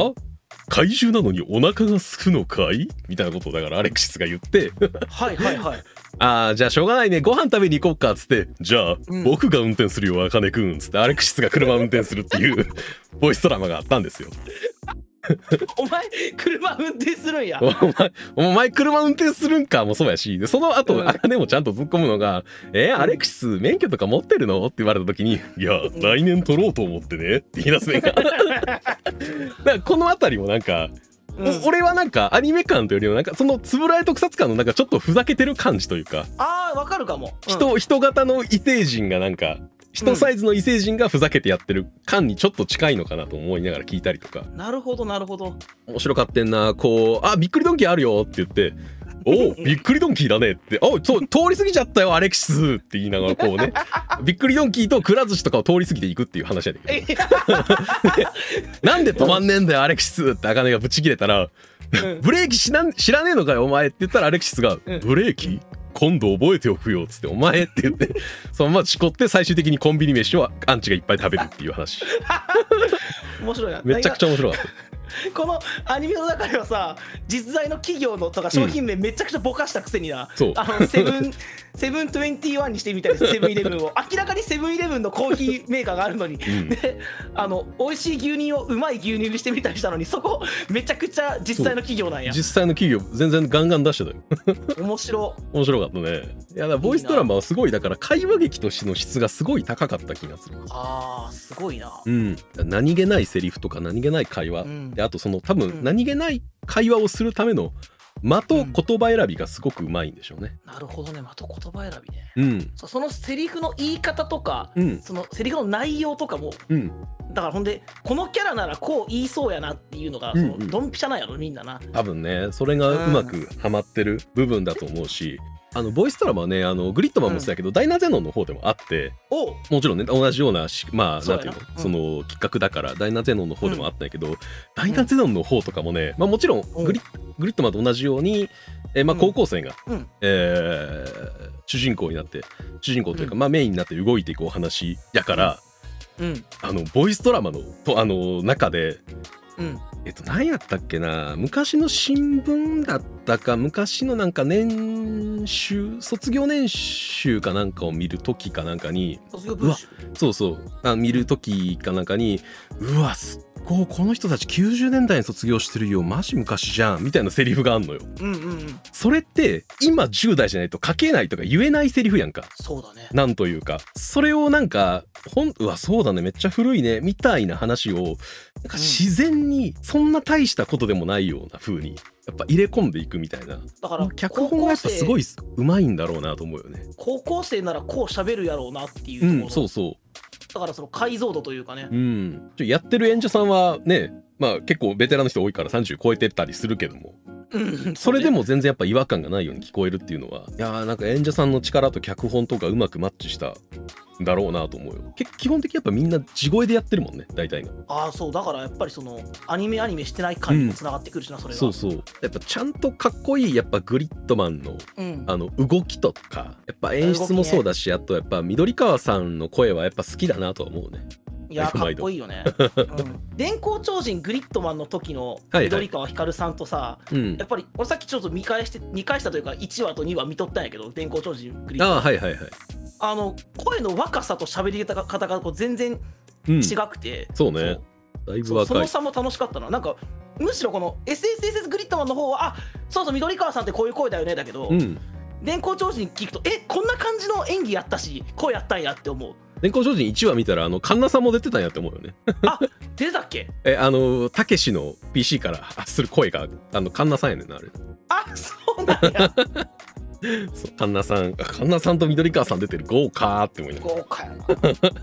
Speaker 2: 怪獣なのにお腹がすくのかいみたいなことをだからアレクシスが言って
Speaker 1: はいはいはい
Speaker 2: <laughs> ああじゃあしょうがないねご飯食べに行こっかっつってじゃあ、
Speaker 1: うん
Speaker 2: 僕が運転するよ茜くんっつってアレクシスが車運転するっていう <laughs> ボイスドラマがあったんですよ
Speaker 1: お前車運転するんや
Speaker 2: <laughs> お前お前車運転するんかもそうやしでその後、
Speaker 1: うん
Speaker 2: 茜もちゃんと突っ込むのが「えーアレクシス免許とか持ってるの?」って言われた時に「いや来年取ろうと思ってね」って言い出
Speaker 1: <laughs>
Speaker 2: すねんかだからこの辺りもなんか、
Speaker 1: うん
Speaker 2: お俺はなんかアニメ感というよりもなんかそのつぶらえ特撮感のなんかちょっとふざけてる感じというか、
Speaker 1: ああわかるかも、うん
Speaker 2: 人人型の異星人がなんか人サイズの異星人がふざけてやってる感にちょっと近いのかなと思いながら聞いたりとか。
Speaker 1: なるほどなるほど
Speaker 2: 面白かってんなこう「あびっくりドンキーあるよ」って言って「おおびっくりドンキーだね」って「おそう通り過ぎちゃったよアレクシス」って言いながらこうねびっくりドンキーとくら寿司とかを通り過ぎていくっていう話やで
Speaker 1: え
Speaker 2: なんで止まんねえんだよアレクシスって茜がブチ切れたら
Speaker 1: うん
Speaker 2: 「ブレーキ知らん知らねえのかよお前」って言ったらアレクシスが
Speaker 1: うん
Speaker 2: 「ブレーキ今度覚えておくよ」っつって「お前」って言ってそのままチコって最終的にコンビニ飯をアンチがいっぱい食べるっていう話
Speaker 1: 面白いな
Speaker 2: めちゃくち
Speaker 1: ゃ
Speaker 2: ゃ面白かった
Speaker 1: このアニメの中ではさ実在の企業のとか商品名めちゃくちゃぼかしたくせにな、
Speaker 2: そう
Speaker 1: あのセブン <laughs> セブントゥエンティワンにしてみたりセブンイレブンを明らかにセブンイレブンのコーヒーメーカーがあるのに、
Speaker 2: ん
Speaker 1: であの美味しい牛乳をうまい牛乳にしてみたりしたのにそこめちゃくちゃ実際の企業なんや
Speaker 2: 実際の企業全然ガンガン出してたよ
Speaker 1: 面白
Speaker 2: 面白かったねいやだからボイスドラマはすごいだから会話劇としての質がすごい高かった気がする
Speaker 1: あーすごいな
Speaker 2: うん何気ないセリフとか何気ない会話、
Speaker 1: うん
Speaker 2: であとその多
Speaker 1: う
Speaker 2: 分
Speaker 1: ん
Speaker 2: 何気ない会話をするための間
Speaker 1: う
Speaker 2: と
Speaker 1: ん
Speaker 2: 言葉選びがすごくうまいんでしょうね
Speaker 1: なるほどねまた言葉選びね
Speaker 2: うん
Speaker 1: そそのセリフの言い方とか
Speaker 2: うん
Speaker 1: そのセリフの内容とかも
Speaker 2: うん
Speaker 1: だからほんでこのキャラならこう言いそうやなっていうのが
Speaker 2: うん
Speaker 1: そ
Speaker 2: うん
Speaker 1: のドンピシャなんやろみんなな
Speaker 2: 多分ねそれがうまくはまってる部分だと思うしあのボイスドラマはねあのグリッドマンもそうだけど、ダイナゼノンの方でもあって
Speaker 1: おう
Speaker 2: もちろんね同じようなしまあ
Speaker 1: そ
Speaker 2: な
Speaker 1: うん
Speaker 2: てい
Speaker 1: や
Speaker 2: う
Speaker 1: な
Speaker 2: の
Speaker 1: うん
Speaker 2: その企画だからダイナゼノンの方でもあったんやけど、ダイナゼノンの方とかもね、まあ、もちろん
Speaker 1: うん
Speaker 2: グリグリッドマンと同じように、えーまあ、
Speaker 1: うん
Speaker 2: 高校生が、
Speaker 1: うん
Speaker 2: えー主人公になって主人公というか、
Speaker 1: うん
Speaker 2: まあ、メインになって動いていくお話やから、
Speaker 1: うん
Speaker 2: あのボイスドラマのとあの中で
Speaker 1: うん
Speaker 2: えっと、何やったっけな昔の新聞だったか昔のなんか年収卒業年収かなんかを見る時かなんかに
Speaker 1: 卒業文集
Speaker 2: そうそうあ見る時かなんかにうわすっごいこの人たち90年代に卒業してるよマジ昔じゃんみたいなセリフがあんのよ
Speaker 1: うんうんうん
Speaker 2: それって今10代じゃないと書けないとか言えないセリフやんか
Speaker 1: そうだね
Speaker 2: なんというかそれをなんかほんうわそうだねめっちゃ古いねみたいな話をなんか自然にそんな大したことでもないような風にやっぱ入れ込んでいくみたいな
Speaker 1: だから
Speaker 2: 脚本がやっぱすご
Speaker 1: い
Speaker 2: い上まいんだろうなと思うよね
Speaker 1: 高校生ならこう喋るやろうなっていうと
Speaker 2: う
Speaker 1: ころ、
Speaker 2: んそうそ
Speaker 1: だからその解像度というかね
Speaker 2: ううんちょやってる演者さんはねまあ結構ベテランの人多いから30超えてたりするけども
Speaker 1: うん
Speaker 2: それで
Speaker 1: も
Speaker 2: も全然やっぱ違和感がないように聞こえるっていうのはいやーなんか演者さんの力と脚本とかうまくマッチしたんだろうなと思うよけ基本的にやっぱみんな地声でやってるもんね大体が
Speaker 1: ああそうだからやっぱりそのアニメアニメしてない感にもつながってくるしな、それが
Speaker 2: そうそうやっぱちゃんとかっこいいやっぱグリッドマンの
Speaker 1: うん、
Speaker 2: あの動きとかやっぱ演出もそうだし、あとやっぱ緑川さんの声はやっぱ好きだなとは思うね
Speaker 1: いや
Speaker 2: う
Speaker 1: か
Speaker 2: ま
Speaker 1: っ
Speaker 2: いと
Speaker 1: こいいよね、
Speaker 2: <laughs>
Speaker 1: うん、電光超人グリッドマンの時の
Speaker 2: はいはい
Speaker 1: 緑川光さんとさ、
Speaker 2: うん
Speaker 1: やっぱり俺さっきちょっと見返して見返したというか1話と2話見とったんやけど電光超人グリッド
Speaker 2: あ
Speaker 1: マン
Speaker 2: あはいはいはい、
Speaker 1: あの声の若さと喋り方がこう全然
Speaker 2: うん、
Speaker 1: 違くて、
Speaker 2: そうねだいぶ
Speaker 1: そうそ
Speaker 2: 若
Speaker 1: の
Speaker 2: い
Speaker 1: 差も楽しかったななんかむしろこの SSSS グリッドマンの方はあそうそう緑川さんってこういう声だよねだけど、
Speaker 2: うん
Speaker 1: 電光超人聞くとえこんな感じの演技やったし声やったんやって思う
Speaker 2: 年功超人1話見たらあの神田さんも出てたんやって思うよね
Speaker 1: 出てたっけ
Speaker 2: えあのたけしの PC から発する声があの神田さんやねんなあれ
Speaker 1: あそうなんや
Speaker 2: そう神田さんあ神田さんと緑川さん出てる豪華ーって思いながら
Speaker 1: <laughs> 豪華やな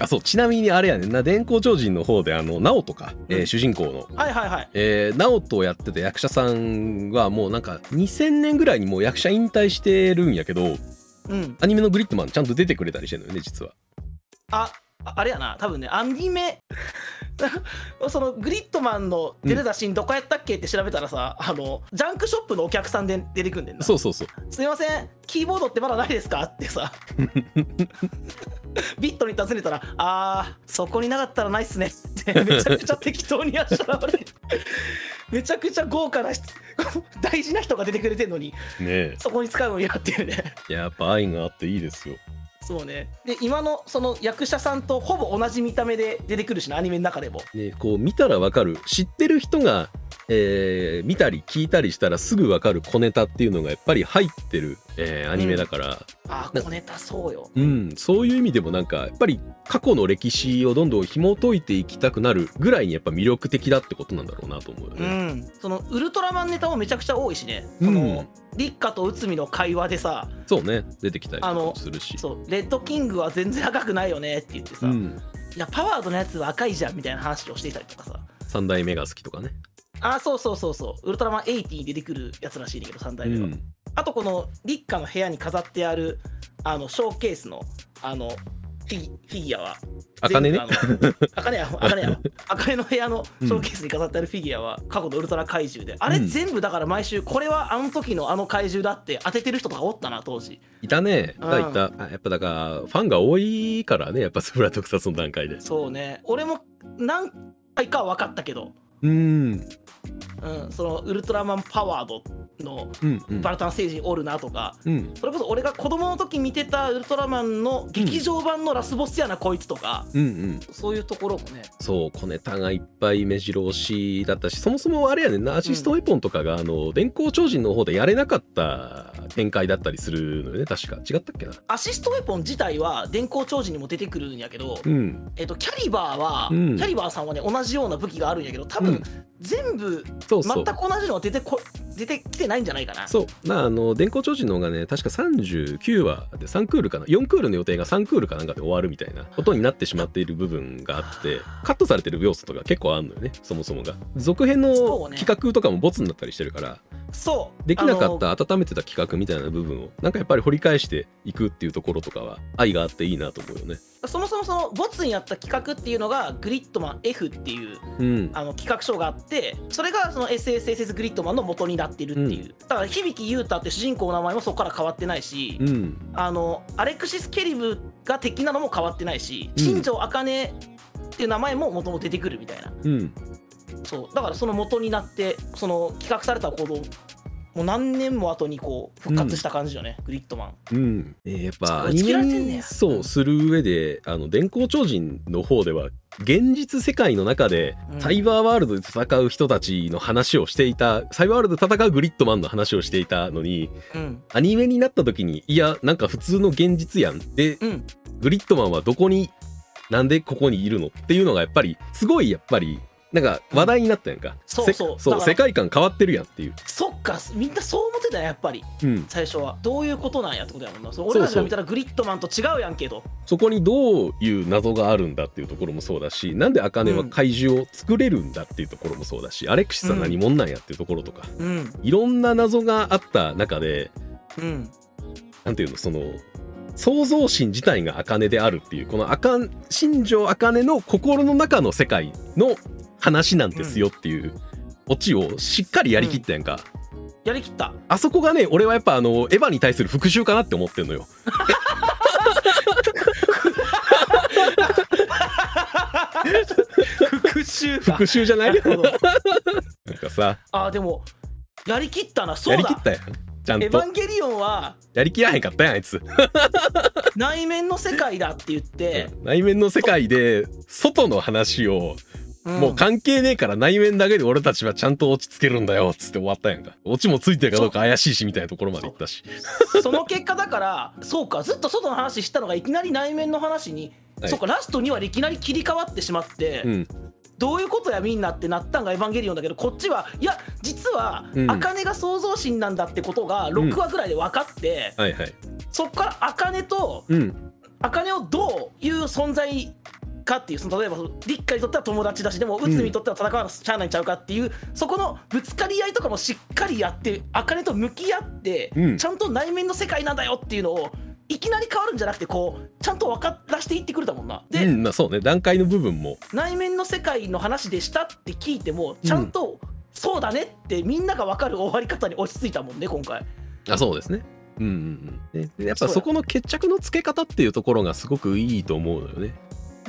Speaker 2: あそうちなみにあれやねんな電光超人の方であの直人か、えー
Speaker 1: うん
Speaker 2: 主人公の
Speaker 1: はいはいはい
Speaker 2: えー、直人をやってた役者さんはもうなんか2000年ぐらいにもう役者引退してるんやけど
Speaker 1: うん
Speaker 2: アニメのグリッドマンちゃんと出てくれたりしてるのよね実は
Speaker 1: あああれやな多分ねアニメ <laughs> そのグリッドマンの出てたシーンどこやったっけって調べたらさ、あのジャンクショップのお客さんで出てくんねんな
Speaker 2: そうそうそう
Speaker 1: すいませんキーボードってまだないですかってさビットに尋ねたら「あーそこになかったらないっすね」ってめちゃくちゃ適当にあしらわれめちゃくちゃ豪華な人大事な人が出てくれてるのに
Speaker 2: ね
Speaker 1: そこに使うの嫌っていうね
Speaker 2: えやっぱ愛があっていいですよ
Speaker 1: そうねで今のその役者さんとほぼ同じ見た目で出てくるしなアニメの中でも
Speaker 2: ね、こう見たらわかる知ってる人が、えー見たり聞いたりしたらすぐわかる小ネタっていうのがやっぱり入ってる、えーアニメだから、
Speaker 1: ああ小ネタそうよ
Speaker 2: うんそういう意味でもなんかやっぱり過去の歴史をどんどん紐解いていきたくなるぐらいにやっぱ魅力的だってことなんだろうなと思うよ
Speaker 1: う
Speaker 2: ね。
Speaker 1: んそのウルトラマンネタもめちゃくちゃ多いしね
Speaker 2: う
Speaker 1: そ
Speaker 2: ん
Speaker 1: の立花と内海の会話でさ
Speaker 2: そうね出てきたりとか
Speaker 1: あ
Speaker 2: も
Speaker 1: の
Speaker 2: するし。
Speaker 1: そうレッドキングは全然赤くないよねって言ってさ、
Speaker 2: うん、
Speaker 1: いやパワードのやつは赤いじゃんみたいな話をしていたりとかさ
Speaker 2: 三代目が好きとかね。
Speaker 1: あそうそうそうそうウルトラマン80に出てくるやつらしいんだけど3代目は、
Speaker 2: うん
Speaker 1: あとこの立花の部屋に飾ってあるあのショーケースのあのフィギフィギュアは
Speaker 2: 茜ね <laughs>
Speaker 1: あかねやあかねやあかねの部屋のショーケースに飾ってあるフィギュアは過去のウルトラ怪獣で、あれ
Speaker 2: うん
Speaker 1: 全部だから毎週これはあの時のあの怪獣だって当ててる人とかおったな当時
Speaker 2: いたねいた
Speaker 1: うん
Speaker 2: いた、あやっぱだからファンが多いからねやっぱスプラ特撮の段階で
Speaker 1: そうね俺も何回かは分かったけど、
Speaker 2: うん
Speaker 1: うん、そのウルトラマンパワードの
Speaker 2: うんうん
Speaker 1: バルタン星人おるなとか、
Speaker 2: うん
Speaker 1: それこそ俺が子供の時見てたウルトラマンの劇場版のラスボスやなこいつとか、
Speaker 2: うんうん
Speaker 1: そういうところもね
Speaker 2: そう小ネタがいっぱい目白押しだったしそもそもあれやねんなアシストウェポンとかが、あの電光超人の方でやれなかった展開だったりするのよね確か違ったっけな
Speaker 1: アシストウェポン自体は電光超人にも出てくるんやけど、
Speaker 2: うん
Speaker 1: えっとキャリバーは、
Speaker 2: うん
Speaker 1: キャリバーさんはね同じような武器があるんやけど多
Speaker 2: うん
Speaker 1: 分全部
Speaker 2: そうそ
Speaker 1: 全
Speaker 2: う
Speaker 1: く同じのは出てこ出てきてないんじゃないかな。
Speaker 2: そうなあの電光超人の方がね確か39話で3クールかな4クールの予定が3クールかなんかで終わるみたいなことになってしまっている部分があってカットされてる要素とか結構あるのよねそもそもが続編
Speaker 1: そ
Speaker 2: の
Speaker 1: うね
Speaker 2: 企画とかもボツになったりしてるから
Speaker 1: そう
Speaker 2: できなか
Speaker 1: あ
Speaker 2: っ
Speaker 1: の
Speaker 2: た温めてた企画みたいな部分をなんかやっぱり掘り返していくっていうところとかは愛があっていいなと思うよね。
Speaker 1: そもそもそのボツにやった企画っていうのがグリッドマン F っていう
Speaker 2: うん、
Speaker 1: あの企画書があってそれがその SSSS グリッドマンの元になってるっていう、だから響優太って主人公の名前もそこから変わってないし、
Speaker 2: うん、
Speaker 1: あのアレクシス・ケリブが敵なのも変わってないし
Speaker 2: うん
Speaker 1: 新庄茜っていう名前も元々出てくるみたいな
Speaker 2: うん、
Speaker 1: そうだからその元になってその企画された行動もう何年も後にこう復活した感じよね、グリッドマン
Speaker 2: うん、えーやっぱ
Speaker 1: そう打ち切られてんねや
Speaker 2: アニメそうする上であの電光超人の方では現実世界の中で
Speaker 1: うん
Speaker 2: サイバーワールドで戦う人たちの話をしていた、サイバーワールドで戦うグリッドマンの話をしていたのに
Speaker 1: うん
Speaker 2: アニメになった時にいやなんか普通の現実やんで
Speaker 1: うん
Speaker 2: グリッドマンはどこになんでここにいるのっていうのがやっぱりすごいやっぱりなんか話題になったやんか、
Speaker 1: そう
Speaker 2: せ
Speaker 1: そう
Speaker 2: そう
Speaker 1: だから
Speaker 2: 世界観変わってるやんっていう、
Speaker 1: そっかみんなそう思ってたねやっぱり
Speaker 2: うん、
Speaker 1: 最初はどういうことなんやってことやもんなその俺たちが見たらグリッドマンと違うやんけど
Speaker 2: そこにどういう謎があるんだっていうところもそうだしなんで茜は怪獣を作れるんだっていうところもそうだし、アレクシスは何者なんやっていうところとか、
Speaker 1: うん
Speaker 2: いろんな謎があった中で
Speaker 1: うん
Speaker 2: なんていうのその創造心自体が茜であるっていうこの茜新庄茜の心の中の世界の話なんですよっていうオチをしっかりやりきったやんか、
Speaker 1: やりきった
Speaker 2: あそこがね俺はやっぱあのエヴァに対する復讐かなって思ってんのよ
Speaker 1: 復讐か
Speaker 2: <laughs> 復讐じゃ <laughs> な
Speaker 1: ないるほど
Speaker 2: なんかさ
Speaker 1: あーでもやりきったなそ
Speaker 2: や
Speaker 1: う
Speaker 2: りき
Speaker 1: だ
Speaker 2: ったやんちゃ
Speaker 1: エ
Speaker 2: ん
Speaker 1: ヴ
Speaker 2: と
Speaker 1: ァンゲリオンは
Speaker 2: やりきらへんかったやんあいつ
Speaker 1: 内面の世界だって言って、
Speaker 2: 内面の世界で外の話を
Speaker 1: ん
Speaker 2: もう関係ねえから内面だけで俺たちはちゃんと落ち着けるんだよっつって終わったやんか落ちもついてるかどうか怪しいしみたいなところまで行ったし
Speaker 1: その結果だからそうかずっと外の話したのがいきなり内面の話に、
Speaker 2: はい
Speaker 1: そうかラストにはいきなり切り替わってしまって、
Speaker 2: うん
Speaker 1: どういうことやみんなってなったんが「エヴァンゲリオン」だけどこっちはいや実は
Speaker 2: うん
Speaker 1: 茜が創造神なんだってことが
Speaker 2: ん
Speaker 1: 6話ぐらいで分かって、
Speaker 2: はいはい
Speaker 1: そっから茜と
Speaker 2: うん
Speaker 1: 茜をどういう存在かっていうその例えば立花にとっては友達だしでも内海にとっては戦わなしゃあないんちゃうかっていうそこのぶつかり合いとかもしっかりやって茜と向き合って、
Speaker 2: うん
Speaker 1: ちゃんと内面の世界なんだよっていうのをいきなり変わるんじゃなくてこうちゃんと分からしていってくれたもんな。で、
Speaker 2: うんまあそうね段階の部分も
Speaker 1: 内面の世界の話でしたって聞いてもちゃんと、そうだねってみんなが分かる終わり方に落ち着いたもんね今回
Speaker 2: あそうですねうんうんうん、でやっぱそこの決着のつけ方っていうところがすごくいいと思うのよね。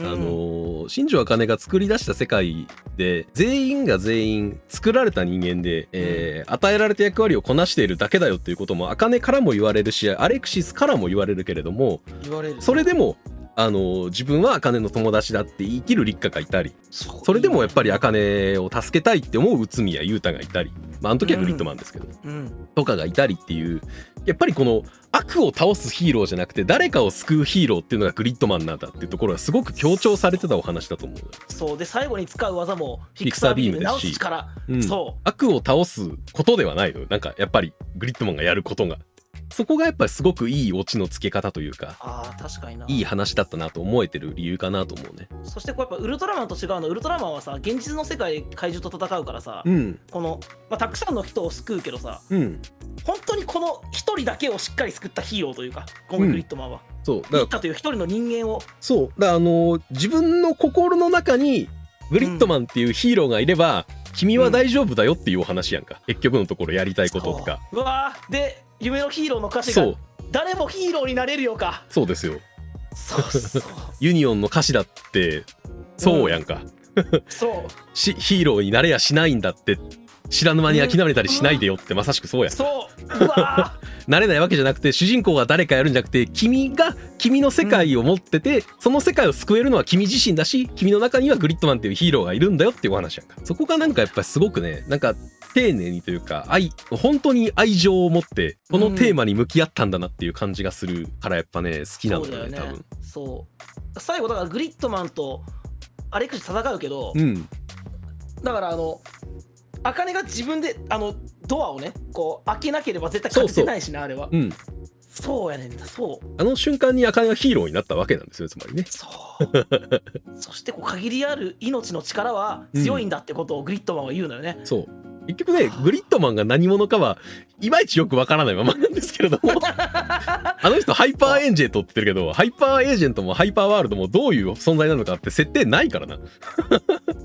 Speaker 2: あ
Speaker 1: うん
Speaker 2: のー新庄茜が作り出した世界で全員が全員作られた人間で、えー与えられた役割をこなしているだけだよっていうことも茜からも言われるしアレクシスからも言われるけれども
Speaker 1: 言われる
Speaker 2: それでも、あのー自分は茜の友達だって生きる立花がいたり
Speaker 1: そ
Speaker 2: それでもやっぱ
Speaker 1: り、
Speaker 2: り茜を助けたいって思う内海谷裕太がいたり、まあ、あの時はグリッドマンですけど、
Speaker 1: うん、
Speaker 2: とかがいたりっていうやっぱりこの悪を倒すヒーローじゃなくて誰かを救うヒーローっていうのがグリッドマンなんだっていうところがすごく強調されてたお話だと思うのよ、
Speaker 1: そうで最後に使う技もフ
Speaker 2: ィ
Speaker 1: ィ
Speaker 2: ク
Speaker 1: クサ
Speaker 2: サー
Speaker 1: ー
Speaker 2: ビ
Speaker 1: ビ
Speaker 2: ー
Speaker 1: ーム
Speaker 2: ムで
Speaker 1: です
Speaker 2: し
Speaker 1: 直すから、
Speaker 2: うん
Speaker 1: そ
Speaker 2: 悪を倒すことではないのよなんかやっぱりグリッドマンがやることがそこがやっぱりすごくいいオチのつけ方というか
Speaker 1: ああ確かにない
Speaker 2: い話だったなと思えてる理由かなと思うね
Speaker 1: そしてこうやっぱウルトラマンと違うのはウルトラマンはさ現実の世界で怪獣と戦うからさ、
Speaker 2: うん
Speaker 1: この、まあ、たくさんの人を救うけどさ
Speaker 2: うん
Speaker 1: 本当にこの一人だけをしっかり救ったヒーローというかゴングリットマンは、
Speaker 2: そうだ
Speaker 1: リ
Speaker 2: か
Speaker 1: ッ
Speaker 2: ら
Speaker 1: カという一人の人間を
Speaker 2: そうだからあのー自分の心の中にグリッドマンっていうヒーローがいれば、君は大丈夫だよっていうお話やんか結局のところやりたいこととか
Speaker 1: そううわーで夢のヒーローの歌詞
Speaker 2: そ
Speaker 1: が
Speaker 2: う
Speaker 1: 誰もヒーローになれるよか
Speaker 2: そうですよ
Speaker 1: そうそう
Speaker 2: ユニオンの歌詞だってそうやんか、
Speaker 1: そう
Speaker 2: <laughs> しヒーローになれやしないんだって知らぬ間に諦めたりしないでよってまさしくそうやん
Speaker 1: そううわ
Speaker 2: なれないわけじゃなくて主人公が誰かやるんじゃなくて君が君の世界を持ってて、その世界を救えるのは君自身だし君の中にはグリッドマンっていうヒーローがいるんだよっていうお話やんかそこがなんかやっぱりすごくねなんか丁寧にというか愛本当に愛情を持ってこのテーマに向き合ったんだなっていう感じがするからやっぱね好き
Speaker 1: ー
Speaker 2: なん
Speaker 1: そう
Speaker 2: だ
Speaker 1: だ
Speaker 2: よ
Speaker 1: よ
Speaker 2: ね
Speaker 1: ね
Speaker 2: 多分
Speaker 1: そう最後だからグリッドマンとアレクシス戦うけど、
Speaker 2: うん
Speaker 1: だからあの茜が自分であのドアをねこう開けなければ絶対
Speaker 2: そう
Speaker 1: 勝
Speaker 2: そう
Speaker 1: てないしなあれは
Speaker 2: うん
Speaker 1: そうやねんだそう
Speaker 2: <laughs> あの瞬間に茜はヒーローになったわけなんですよつまりね
Speaker 1: そうそしてこう限りある命の力は強いんだってことをグリッドマンは言うのよね、
Speaker 2: そう結局ねグリッドマンが何者かはいまいちよくわからないままなんですけれどもあの人ハイパーエージェントって言ってるけどハイパーエージェントもハイパーワールドもどういう存在なのかって設定ないからな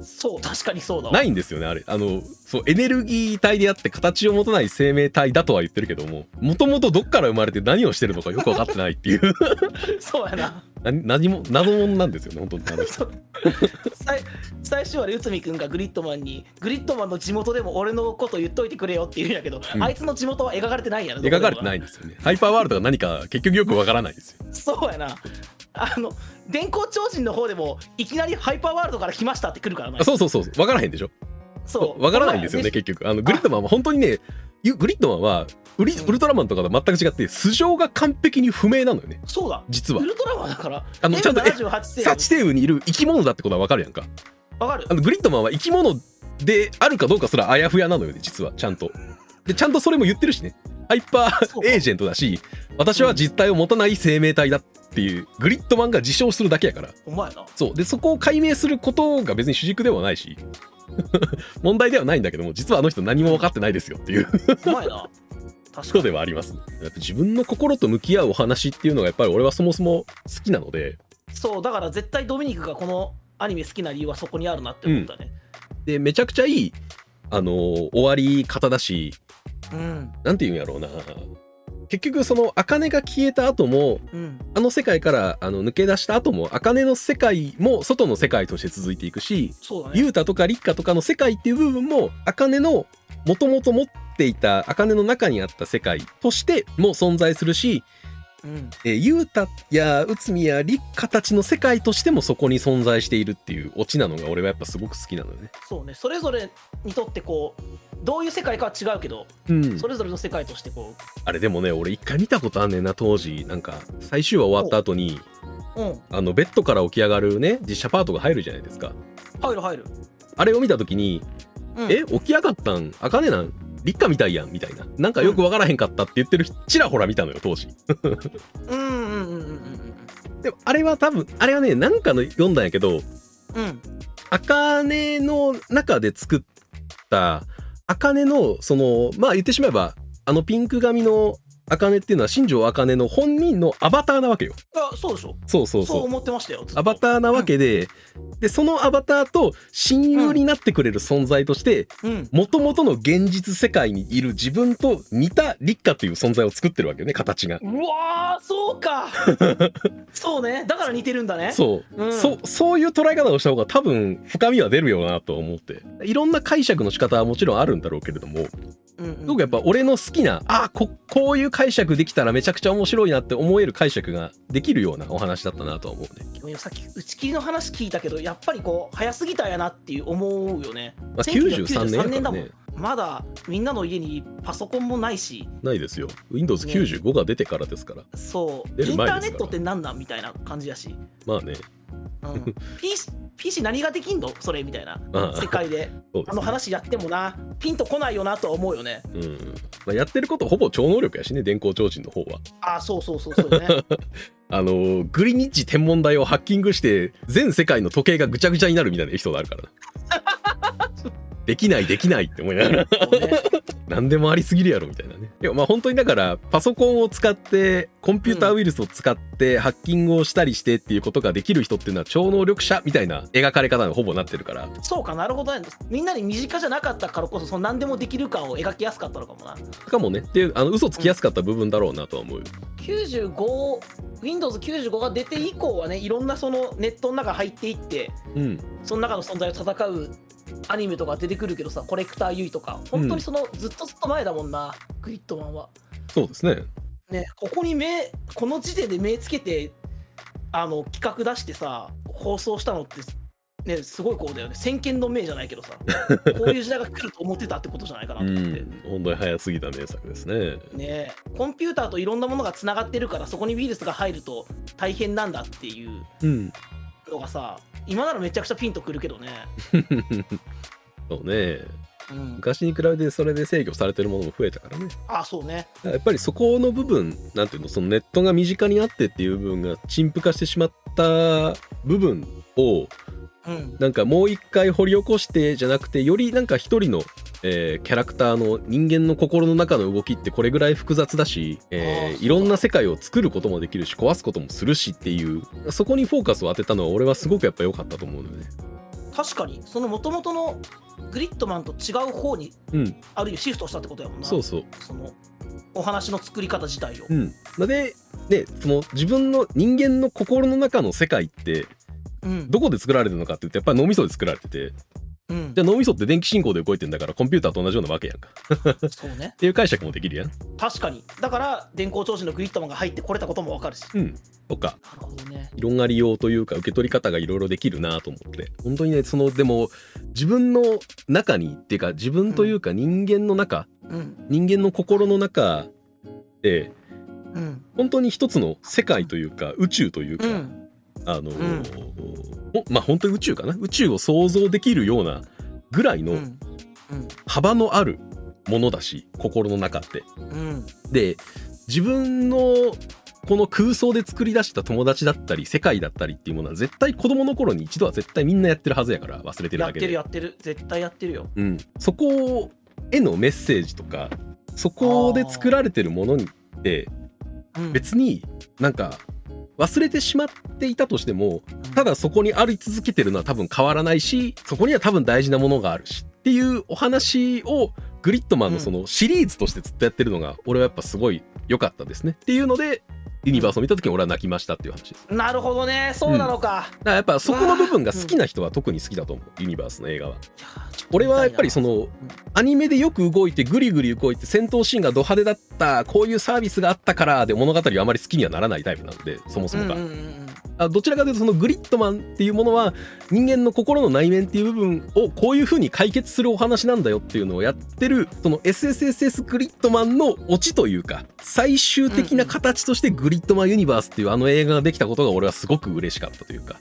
Speaker 1: そう確かにそうだわ
Speaker 2: ないんですよねあれあのそうエネルギー体であって形を持たない生命体だとは言ってるけどももともとどっから生まれて何をしてるのかよく分かってないっていう
Speaker 1: <laughs>
Speaker 2: <laughs>
Speaker 1: そうやな
Speaker 2: 何何も謎者なんですよね本当にあの人
Speaker 1: そう最最初はね内海君がグリッドマンにグリッドマンの地元でも俺のこと言っといてくれよって言うんやけど、
Speaker 2: うん
Speaker 1: あいつの地元は描かれてないんやろ
Speaker 2: 描かれてないいんですよねハイパーワールドが何か結局よくわからないですよ
Speaker 1: そうやなあの電光超人の方でもいきなりハイパーワールドから来ましたって来るからな
Speaker 2: あそうそうそう分からへんでしょ
Speaker 1: そう
Speaker 2: わからないんですよね
Speaker 1: で
Speaker 2: 結局あのグリッドマンは本当にねゆグリッドマンはウリ
Speaker 1: うん
Speaker 2: ウルトラマンとかと全く違って素性が完璧に不明なのよね
Speaker 1: そうだ
Speaker 2: 実は
Speaker 1: ウルトラマンだから
Speaker 2: あのちゃんと
Speaker 1: M78 世
Speaker 2: サチテウにいる生き物だってことはわかるやんか
Speaker 1: わ
Speaker 2: <laughs>
Speaker 1: かる
Speaker 2: あのグリッドマンは生き物であるかどうかすらあやふやなのよね実はちゃんとでちゃんとそれも言ってるしねハイパ
Speaker 1: そう
Speaker 2: ーエージェントだし私は実体を持たない生命体だっていうグリッドマンが自称するだけやから
Speaker 1: お前
Speaker 2: <laughs>
Speaker 1: な
Speaker 2: そうでそこを解明することが別に主軸ではないし <laughs> 問題ではないんだけども実はあの人何も分かってないですよっていう
Speaker 1: お前な確か
Speaker 2: 人
Speaker 1: に
Speaker 2: ではありますやっぱ自分の心と向き合うお話っていうのがやっぱり俺はそもそも好きなので
Speaker 1: そうだから絶対ドミニクがこのアニメ好きな理由はそこにあるなって思ったね
Speaker 2: でめちゃくちゃいいあのー終わり方だし
Speaker 1: うん
Speaker 2: なんていうんやろうな結局その茜が消えた後も
Speaker 1: うん
Speaker 2: あの世界からあの抜け出した後も茜の世界も外の世界として続いていくし
Speaker 1: そうだね
Speaker 2: 雄太とか立花とかの世界っていう部分も茜のもともと持っていた茜の中にあった世界としても存在するし
Speaker 1: うん
Speaker 2: えー、ユータや内海や立花たちの世界としてもそこに存在しているっていうオチなのが俺はやっぱすごく好きなのよね。
Speaker 1: そうねそれぞれにとってこうどういう世界かは違うけど、
Speaker 2: うん
Speaker 1: それぞれの世界としてこ
Speaker 2: あれでもね俺一回見たことあんねんな当時なんか最終話終わった後に
Speaker 1: ううん
Speaker 2: あのベッドから起き上がるね実写パートが入るじゃないですか。
Speaker 1: 入る入る、
Speaker 2: あれを見た時に
Speaker 1: う
Speaker 2: 「
Speaker 1: ん、
Speaker 2: え起き上がったんあかねなん立花みたいやん」みたいななんかよくわからへんかったって言ってる人ちらほら見たのよ当時。
Speaker 1: うんうんうんうんうん
Speaker 2: でもあれは多分あれはねなんかの読んだんやけど
Speaker 1: うんうん
Speaker 2: 茜の中で作った茜のそのまあ言ってしまえばあのピンク髪の茜っていうのは新庄茜の本人のアバターなわけよ
Speaker 1: あそうでしょ
Speaker 2: そうそ
Speaker 1: そ
Speaker 2: う
Speaker 1: う
Speaker 2: そう
Speaker 1: 思ってましたよずっと
Speaker 2: アバターなわけで、でそのアバターと親友になってくれる存在として
Speaker 1: うん
Speaker 2: もともとの現実世界にいる自分と似た立花という存在を作ってるわけよね形が。
Speaker 1: うわーそう
Speaker 2: <laughs>
Speaker 1: かそうねだから似てるんだね
Speaker 2: そう、
Speaker 1: うん
Speaker 2: そそういう捉え方をした方が多分深みは出るよなと思っていろんな解釈の仕方はもちろんあるんだろうけれども
Speaker 1: うんうん
Speaker 2: すごくやっぱ俺の好きなあここういう解釈できたらめちゃくちゃ面白いなって思える解釈ができるようなお話だったなとは思うね。
Speaker 1: でもさっき打ち切りの話聞いたけどやっぱりこう早すぎたんやなっていう思うよね
Speaker 2: まあ、93年やから
Speaker 1: も
Speaker 2: ね
Speaker 1: んまだみんなの家にパソコンもないし
Speaker 2: ないですよ Windows95 が出てからですから、
Speaker 1: そう
Speaker 2: 出
Speaker 1: イ
Speaker 2: る
Speaker 1: ンタ
Speaker 2: 前
Speaker 1: ー
Speaker 2: で
Speaker 1: ネ
Speaker 2: す
Speaker 1: ッ
Speaker 2: から
Speaker 1: トってなんなんみたいな感じやし、
Speaker 2: まあね <laughs>
Speaker 1: うん、PC, PC 何ができんのそれみたいな
Speaker 2: ああ
Speaker 1: 世界
Speaker 2: <laughs>
Speaker 1: で
Speaker 2: そうで
Speaker 1: あ
Speaker 2: す
Speaker 1: の
Speaker 2: ね
Speaker 1: 話やってもなピンとこないよなとは思うよね
Speaker 2: うんまあ、やってることほぼ超能力やしね電光超人の方は
Speaker 1: ああそうそうそうそう
Speaker 2: <laughs>
Speaker 1: ね
Speaker 2: あのグリニッジ天文台をハッキングして全世界の時計がぐちゃぐちゃになるみたいなエピソードある
Speaker 1: <laughs>
Speaker 2: からなできないできないって思いながら
Speaker 1: そうね
Speaker 2: 何でもありすぎるやろみたいなねでもまあ本当にだからパソコンを使ってコンピューターウイルスを使ってハッキングをしたりしてっていうことができる人っていうのは超能力者みたいな描かれ方がほぼなってるから
Speaker 1: そうかなるほどねみんなに身近じゃなかったからこそその何でもできる感を描きやすかったのかもな
Speaker 2: しかもねっていうあの嘘つきやすかった部分だろうなとは思う
Speaker 1: 95Windows95 が出て以降はねいろんなそのネットの中入っていって
Speaker 2: うん
Speaker 1: その中の存在を戦うアニメとか出てくるけどさコレクターユイとか本当にその、ずっとずっと前だもんなグリッドマンは
Speaker 2: そうですね
Speaker 1: ねここに目この時点で目つけてあの企画出してさ放送したのってねすごいこうだよね先見の明じゃないけど
Speaker 2: <laughs>
Speaker 1: さこういう時代が来ると思ってたってことじゃないかな
Speaker 2: う
Speaker 1: と思って。
Speaker 2: ん本当に早すぎた名作ですね
Speaker 1: ねえコンピューターといろんなものがつながってるからそこにウイルスが入ると大変なんだっていう
Speaker 2: うん
Speaker 1: のがさ今ならめちゃくちゃピンとくるけどね、
Speaker 2: <laughs> そうね
Speaker 1: うん、
Speaker 2: 昔に比べてそれで制御されてるものも増えたからね
Speaker 1: ああそうね
Speaker 2: やっぱりそこの部分なんていうのそのネットが身近にあってっていう部分が陳腐化してしまった部分を
Speaker 1: うん
Speaker 2: なんかもう一回掘り起こしてじゃなくてよりなんか一人の、えーキャラクターの人間の心の中の動きってこれぐらい複雑だし、
Speaker 1: あー
Speaker 2: えー
Speaker 1: そうだ
Speaker 2: いろんな世界を作ることもできるし壊すこともするしっていうそこにフォーカスを当てたのは俺はすごくやっぱ良かったと思うのよね。
Speaker 1: 確かにその元々のグリッドマンと違う方に
Speaker 2: うん、
Speaker 1: ある意味シフトしたってことやもんな
Speaker 2: そうそう
Speaker 1: そのお話の作り方自体を、
Speaker 2: うん、ででその自分の人間の心の中の世界って
Speaker 1: うん
Speaker 2: どこで作られてるのかって言ってやっぱり脳みそで作られてて
Speaker 1: うん
Speaker 2: じゃあ脳みそって電気信号で動いてんだからコンピューターと同じようなわけやんかっ
Speaker 1: そうね
Speaker 2: ていう解釈もできるやん。
Speaker 1: 確かにだから電光調子のグリッドマンが入ってこれたこともわかるし
Speaker 2: うん、とか
Speaker 1: なるほどね
Speaker 2: いろんな利用というか受け取り方がいろいろできるなと思って本当にねそのでも自分の中にっていうか自分というか人間の中、
Speaker 1: うん
Speaker 2: 人間の心の中で
Speaker 1: うん
Speaker 2: 本当に一つの世界というか宇宙というか、
Speaker 1: うん
Speaker 2: あのーほまあ本当に宇宙かな宇宙を想像できるようなぐらい
Speaker 1: うんうん
Speaker 2: の
Speaker 1: うん
Speaker 2: 幅のあるものだし心の中って。
Speaker 1: うん
Speaker 2: で自分のこの空想で作り出した友達だったり世界だったりっていうものは絶対子供の頃に一度は絶対みんなやってるはずやから忘れてる
Speaker 1: や
Speaker 2: だ
Speaker 1: っ
Speaker 2: け
Speaker 1: て
Speaker 2: で
Speaker 1: るやってる絶対やってるよ
Speaker 2: うん、そこへのメッセージとかそこで作られてるものにって
Speaker 1: うん
Speaker 2: 別になんか忘れてしまっていたとしてもただそこにあり続けてるのは多分変わらないしそこには多分大事なものがあるしっていうお話をグリッドマンのそのシリーズとしてずっとやってるのが俺はやっぱすごい良かったですねっていうのでユニバースを見た時に俺は泣きましたっていう話ですだか
Speaker 1: なるほどねそうなのか、
Speaker 2: らやっぱそこの部分が好きな人は特に好きだと思うユニバースの映画はい
Speaker 1: やーちょと
Speaker 2: 俺はやっぱりそ
Speaker 1: 見
Speaker 2: のアニメでよく動いてグリグリ動いて戦闘シーンがド派手だったこういうサービスがあったからで物語はあまり好きにはならないタイプなのでそもそ
Speaker 1: たい
Speaker 2: も
Speaker 1: な
Speaker 2: が
Speaker 1: うんうんうんうん
Speaker 2: あどちらかというとそのグリッドマンっていうものは人間の心の内面っていう部分をこういう風に解決するお話なんだよっていうのをやってるその SSSS グリッドマンのオチというか最終的な形としてグリッドマンユニバースっていうあの映画ができたことが俺はすごく嬉しかったというか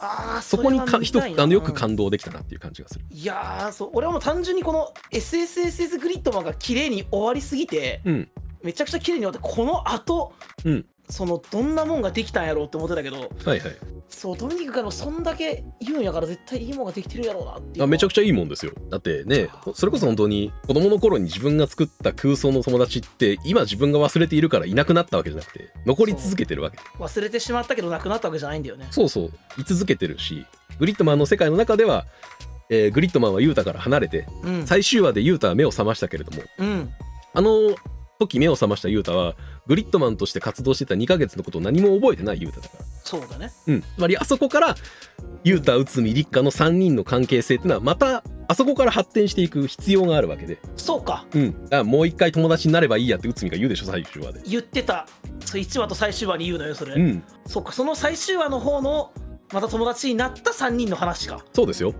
Speaker 1: あー
Speaker 2: そこに
Speaker 1: れは
Speaker 2: か
Speaker 1: 見
Speaker 2: ひと
Speaker 1: たいな
Speaker 2: あのよく感動できたなっていう感じがする。
Speaker 1: いやーそう俺はもう単純にこの SSSS グリッドマンが綺麗に終わりすぎて
Speaker 2: うん
Speaker 1: めちゃくちゃ綺麗に終わってこの後、
Speaker 2: うん
Speaker 1: そのどんなもんができたんやろうって思ってたけど
Speaker 2: はいはい
Speaker 1: そうドミニクからもそんだけ言うんやから絶対いいもんができてるやろうなっていう
Speaker 2: あめちゃく
Speaker 1: ち
Speaker 2: ちゃいいもんですよだってねそれこそ本当に子供の頃に自分が作った空想の友達って今自分が忘れているからいなくなったわけじゃなくて残り続けてるわけ
Speaker 1: ゃ忘れてしまったけどなくなったわけじゃないんだよね
Speaker 2: そうそう居続けてるしグリッドマンの世界の中では、えーグリッドマンはユータから離れて
Speaker 1: うん
Speaker 2: 最終話でユータは目を覚ましたけれども
Speaker 1: うん
Speaker 2: あの時目を覚ましたユータはグリッドマンとして活動してた2ヶ月のことを何も覚えてないユータだから
Speaker 1: そうだね
Speaker 2: うん、つまりあそこから雄太内海立花の3人の関係性っていうのはまたあそこから発展していく必要があるわけで、
Speaker 1: そうか
Speaker 2: うん、だからもう一回友達になればいいやって内海が言うでしょ最終話で。
Speaker 1: 言ってたそう1話と最終話に言うのよそれ、
Speaker 2: うん、
Speaker 1: そうかその最終話の方のまた友達になった3人の話か
Speaker 2: そうですよ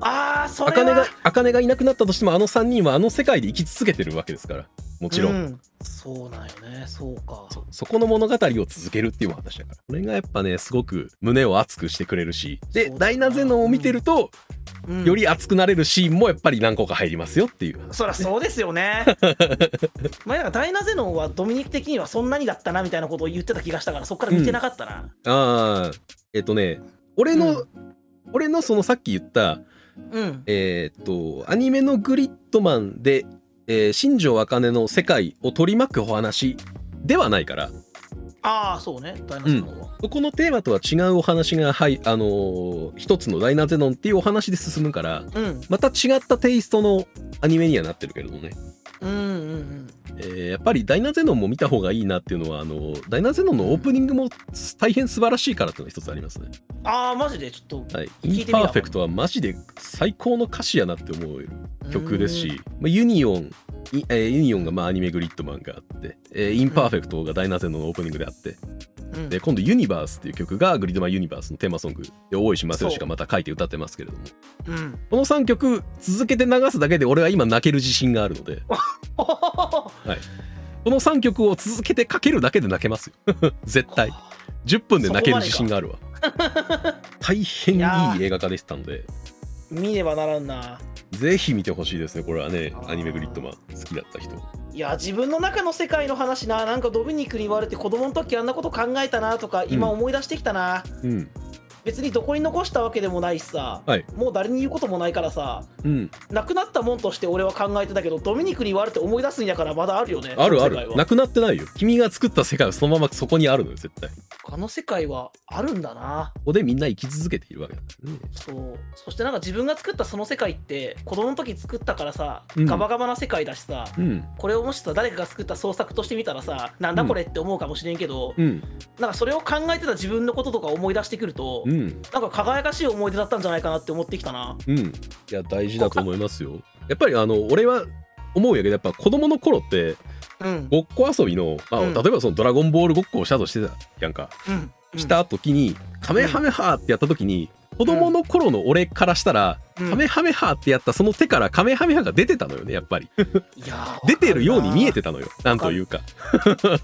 Speaker 1: あーそれは
Speaker 2: 茜が茜がいなくなったとしてもあの3人はあの世界で生き続けてるわけですからもちろん、
Speaker 1: うんそうなんよねそうか
Speaker 2: そそこの物語を続けるっていうお話だからこれがやっぱねすごく胸を熱くしてくれるし
Speaker 1: そう
Speaker 2: で
Speaker 1: だな
Speaker 2: ダイナゼノンを見てると、
Speaker 1: うん
Speaker 2: より熱くなれるシーンもやっぱり何個か入りますよっていう話
Speaker 1: そりゃそうですよね <laughs> まあだからダイナゼノンはドミニク的にはそんなにだったなみたいなことを言ってた気がしたからそこから見てなかったな
Speaker 2: ああえっとね俺の、
Speaker 1: う
Speaker 2: 俺のそのさっき言った
Speaker 1: うん
Speaker 2: えーっとアニメの「グリッドマンで」えー新庄茜の世界を取り巻くお話ではないから
Speaker 1: ああそうねダイナゼノンは、
Speaker 2: そこのテーマとは違うお話が、はいあのー一つの「ダイナゼノン」っていうお話で進むから
Speaker 1: うん、
Speaker 2: また違ったテイストのアニメにはなってるけれどもね、
Speaker 1: うんうんうん
Speaker 2: えーやっぱり「ダイナゼノン」も見た方がいいなっていうのはあのダイナゼノンのオープニングも大変素晴らしいからっていうのが一つありますね。
Speaker 1: ああマジでちょっ
Speaker 2: はい、
Speaker 1: 聞
Speaker 2: イ
Speaker 1: いて
Speaker 2: ン
Speaker 1: み
Speaker 2: パ
Speaker 1: よう
Speaker 2: ーフェクトはマジで最高の歌詞やなって思う
Speaker 1: と
Speaker 2: 曲ですし、まあ、ユニオン、いえーユニオンがまあアニメグリッドマンがあって、えーインパーフェクトがダイナゼノンのオープニングであって、
Speaker 1: うん
Speaker 2: で今度ユニバースっていう曲がグリッドマンユニバースのテーマソングで大石正義がまた書いて歌ってますけれども、
Speaker 1: うん <laughs>
Speaker 2: この3曲続けて流すだけで俺は今泣ける自信があるので、この3曲を続けてかけるだけで泣けます <laughs> よ。絶対。10分で泣ける自信があるわ。大変いい映画化でしたので。
Speaker 1: 見ねばならんな
Speaker 2: ぜひ見てほしいですね、これはね
Speaker 1: あ、ー
Speaker 2: アニメグリッドマン、好きだった人。
Speaker 1: いや自分の中の世界の話ななんかドミニクに言われて子供の時あんなこと考えたなとか今
Speaker 2: うん
Speaker 1: 思い出してきたな、
Speaker 2: うん、
Speaker 1: 別にどこに残したわけでもないしさ、
Speaker 2: はい
Speaker 1: もう誰に言うこともないからさ
Speaker 2: うん、
Speaker 1: なくなったもんとして俺は考えてたけどドミニクに言われて思い出すんやからまだあるよね
Speaker 2: あるあ
Speaker 1: その世界
Speaker 2: る、
Speaker 1: は
Speaker 2: なくなってないよ。君が作った世界はそのままそこにあるのよ、絶対。こ
Speaker 1: 他の世界はあるんだな
Speaker 2: こでみんな生き続けているわけなんですね。
Speaker 1: そうそしてなんか自分が作ったその世界って子供の時作ったからさ、
Speaker 2: うん
Speaker 1: ガバガバな世界だしさ
Speaker 2: うん、
Speaker 1: これをもしさ誰かが作った創作としてみたらさなんだこれって思うかもしれんけど、
Speaker 2: うん、
Speaker 1: なんかそれを考えてた自分のこととか思い出してくると、
Speaker 2: うん、
Speaker 1: なんか輝かしい思い出だったんじゃないかなって思ってきたな
Speaker 2: うん。いや、大事だと思いますよ。やっぱり、あの、俺は思うんやけど、やっぱ子供の頃って、
Speaker 1: うん
Speaker 2: ごっこ遊びの、まあ、
Speaker 1: うん
Speaker 2: 例えばそのドラゴンボールごっこをしたとしてたやんか、
Speaker 1: うん
Speaker 2: した時に、カメハメハーってやった時に、子供の頃の俺からした
Speaker 1: う
Speaker 2: ら、
Speaker 1: ん
Speaker 2: カメハメハーってやったその手からカメハメハーが出てたのよね、やっぱり。
Speaker 1: いやー
Speaker 2: 出てるように見えてたのよなんというか <laughs>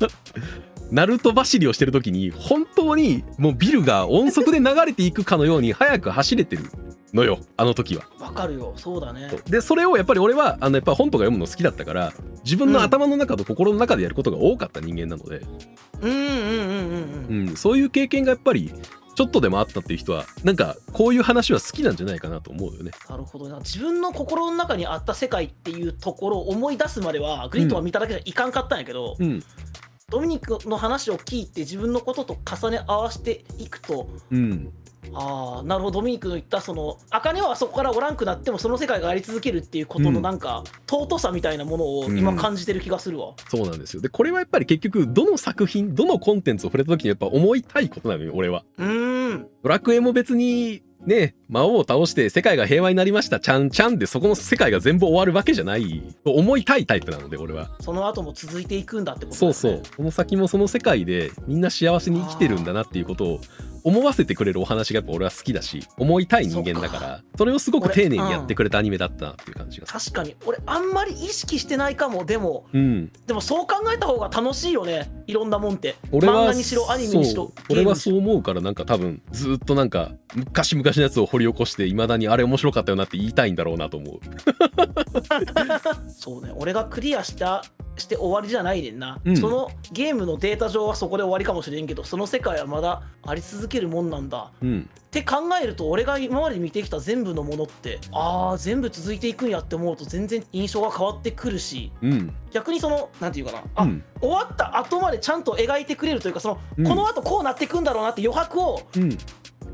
Speaker 2: ナルト走りをしてる時に本当にもうビルが音速で流れていくかのように早く走れてるのよあの時は
Speaker 1: わかるよそうだね
Speaker 2: でそれをやっぱり俺はあのやっぱ本とか読むの好きだったから自分の
Speaker 1: うん
Speaker 2: 頭の中と心の中でやることが多かった人間なので、
Speaker 1: うんうんうんうんう
Speaker 2: うんん、そういう経験がやっぱりちょっとでもあったっていう人はなんかこういう話は好きなんじゃないかなと思うよね
Speaker 1: なるほどな自分の心の中にあった世界っていうところを思い出すまではグリッドは見ただけじゃいかんかったんやけど、
Speaker 2: うん
Speaker 1: ドミニクの話を聞いて自分のことと重ね合わせていくと
Speaker 2: うん
Speaker 1: ああなるほどドミニクの言ったその茜はそこからおらんくなってもその世界があり続けるっていうこと
Speaker 2: う
Speaker 1: の
Speaker 2: ん
Speaker 1: なんか、尊さみたいなものを
Speaker 2: う
Speaker 1: 今
Speaker 2: ん
Speaker 1: 感じてる気がするわ、
Speaker 2: そうなんですよでこれはやっぱり結局どの作品どのコンテンツを触れた時にやっぱ思いたいことなのよ俺は
Speaker 1: うーん
Speaker 2: ドラクエも別にね魔王を倒して世界が平和になりましたちゃんちゃんでそこの世界が全部終わるわけじゃないと思いたいタイプなので俺は
Speaker 1: その後も続いていくんだってことだ
Speaker 2: そ
Speaker 1: よ
Speaker 2: う
Speaker 1: ね
Speaker 2: そうこの先もその世界でみんな幸せに生きてるんだなっていうことを思わせてくれるお話がやっぱ俺は好きだし思いたい人間だからそれをすごく丁寧にやってくれたアニメだったなっていう感じがす
Speaker 1: 確
Speaker 2: る
Speaker 1: かに俺あんまり意識してないかもでも
Speaker 2: うん
Speaker 1: でもそう考えた方が楽しいよねいろんなもんって
Speaker 2: 俺は
Speaker 1: 漫画にしろアニメにしろ
Speaker 2: そう
Speaker 1: ゲー
Speaker 2: 俺
Speaker 1: ム
Speaker 2: は
Speaker 1: にしろ
Speaker 2: そう思うからなんか多分ずっとなんか昔々のやつを掘り起こしていまだにあれ面白かったよなって言いたいんだろうなと思う
Speaker 1: <laughs> そうね俺がクリアしたして終わりじゃないねんな、
Speaker 2: うん
Speaker 1: そのゲームのデータ上はそこで終わりかもしれんけどその世界はまだあり続けるもんなんだ
Speaker 2: うん
Speaker 1: って考えると俺が今まで見てきた全部のものってああ全部続いていくんやって思うと全然印象が変わってくるし
Speaker 2: うん
Speaker 1: 逆にそのなんていうかなあ、
Speaker 2: うん
Speaker 1: 終わった後までちゃんと描いてくれるというかその、
Speaker 2: うん
Speaker 1: この後こうなってくんだろうなって余白を
Speaker 2: うん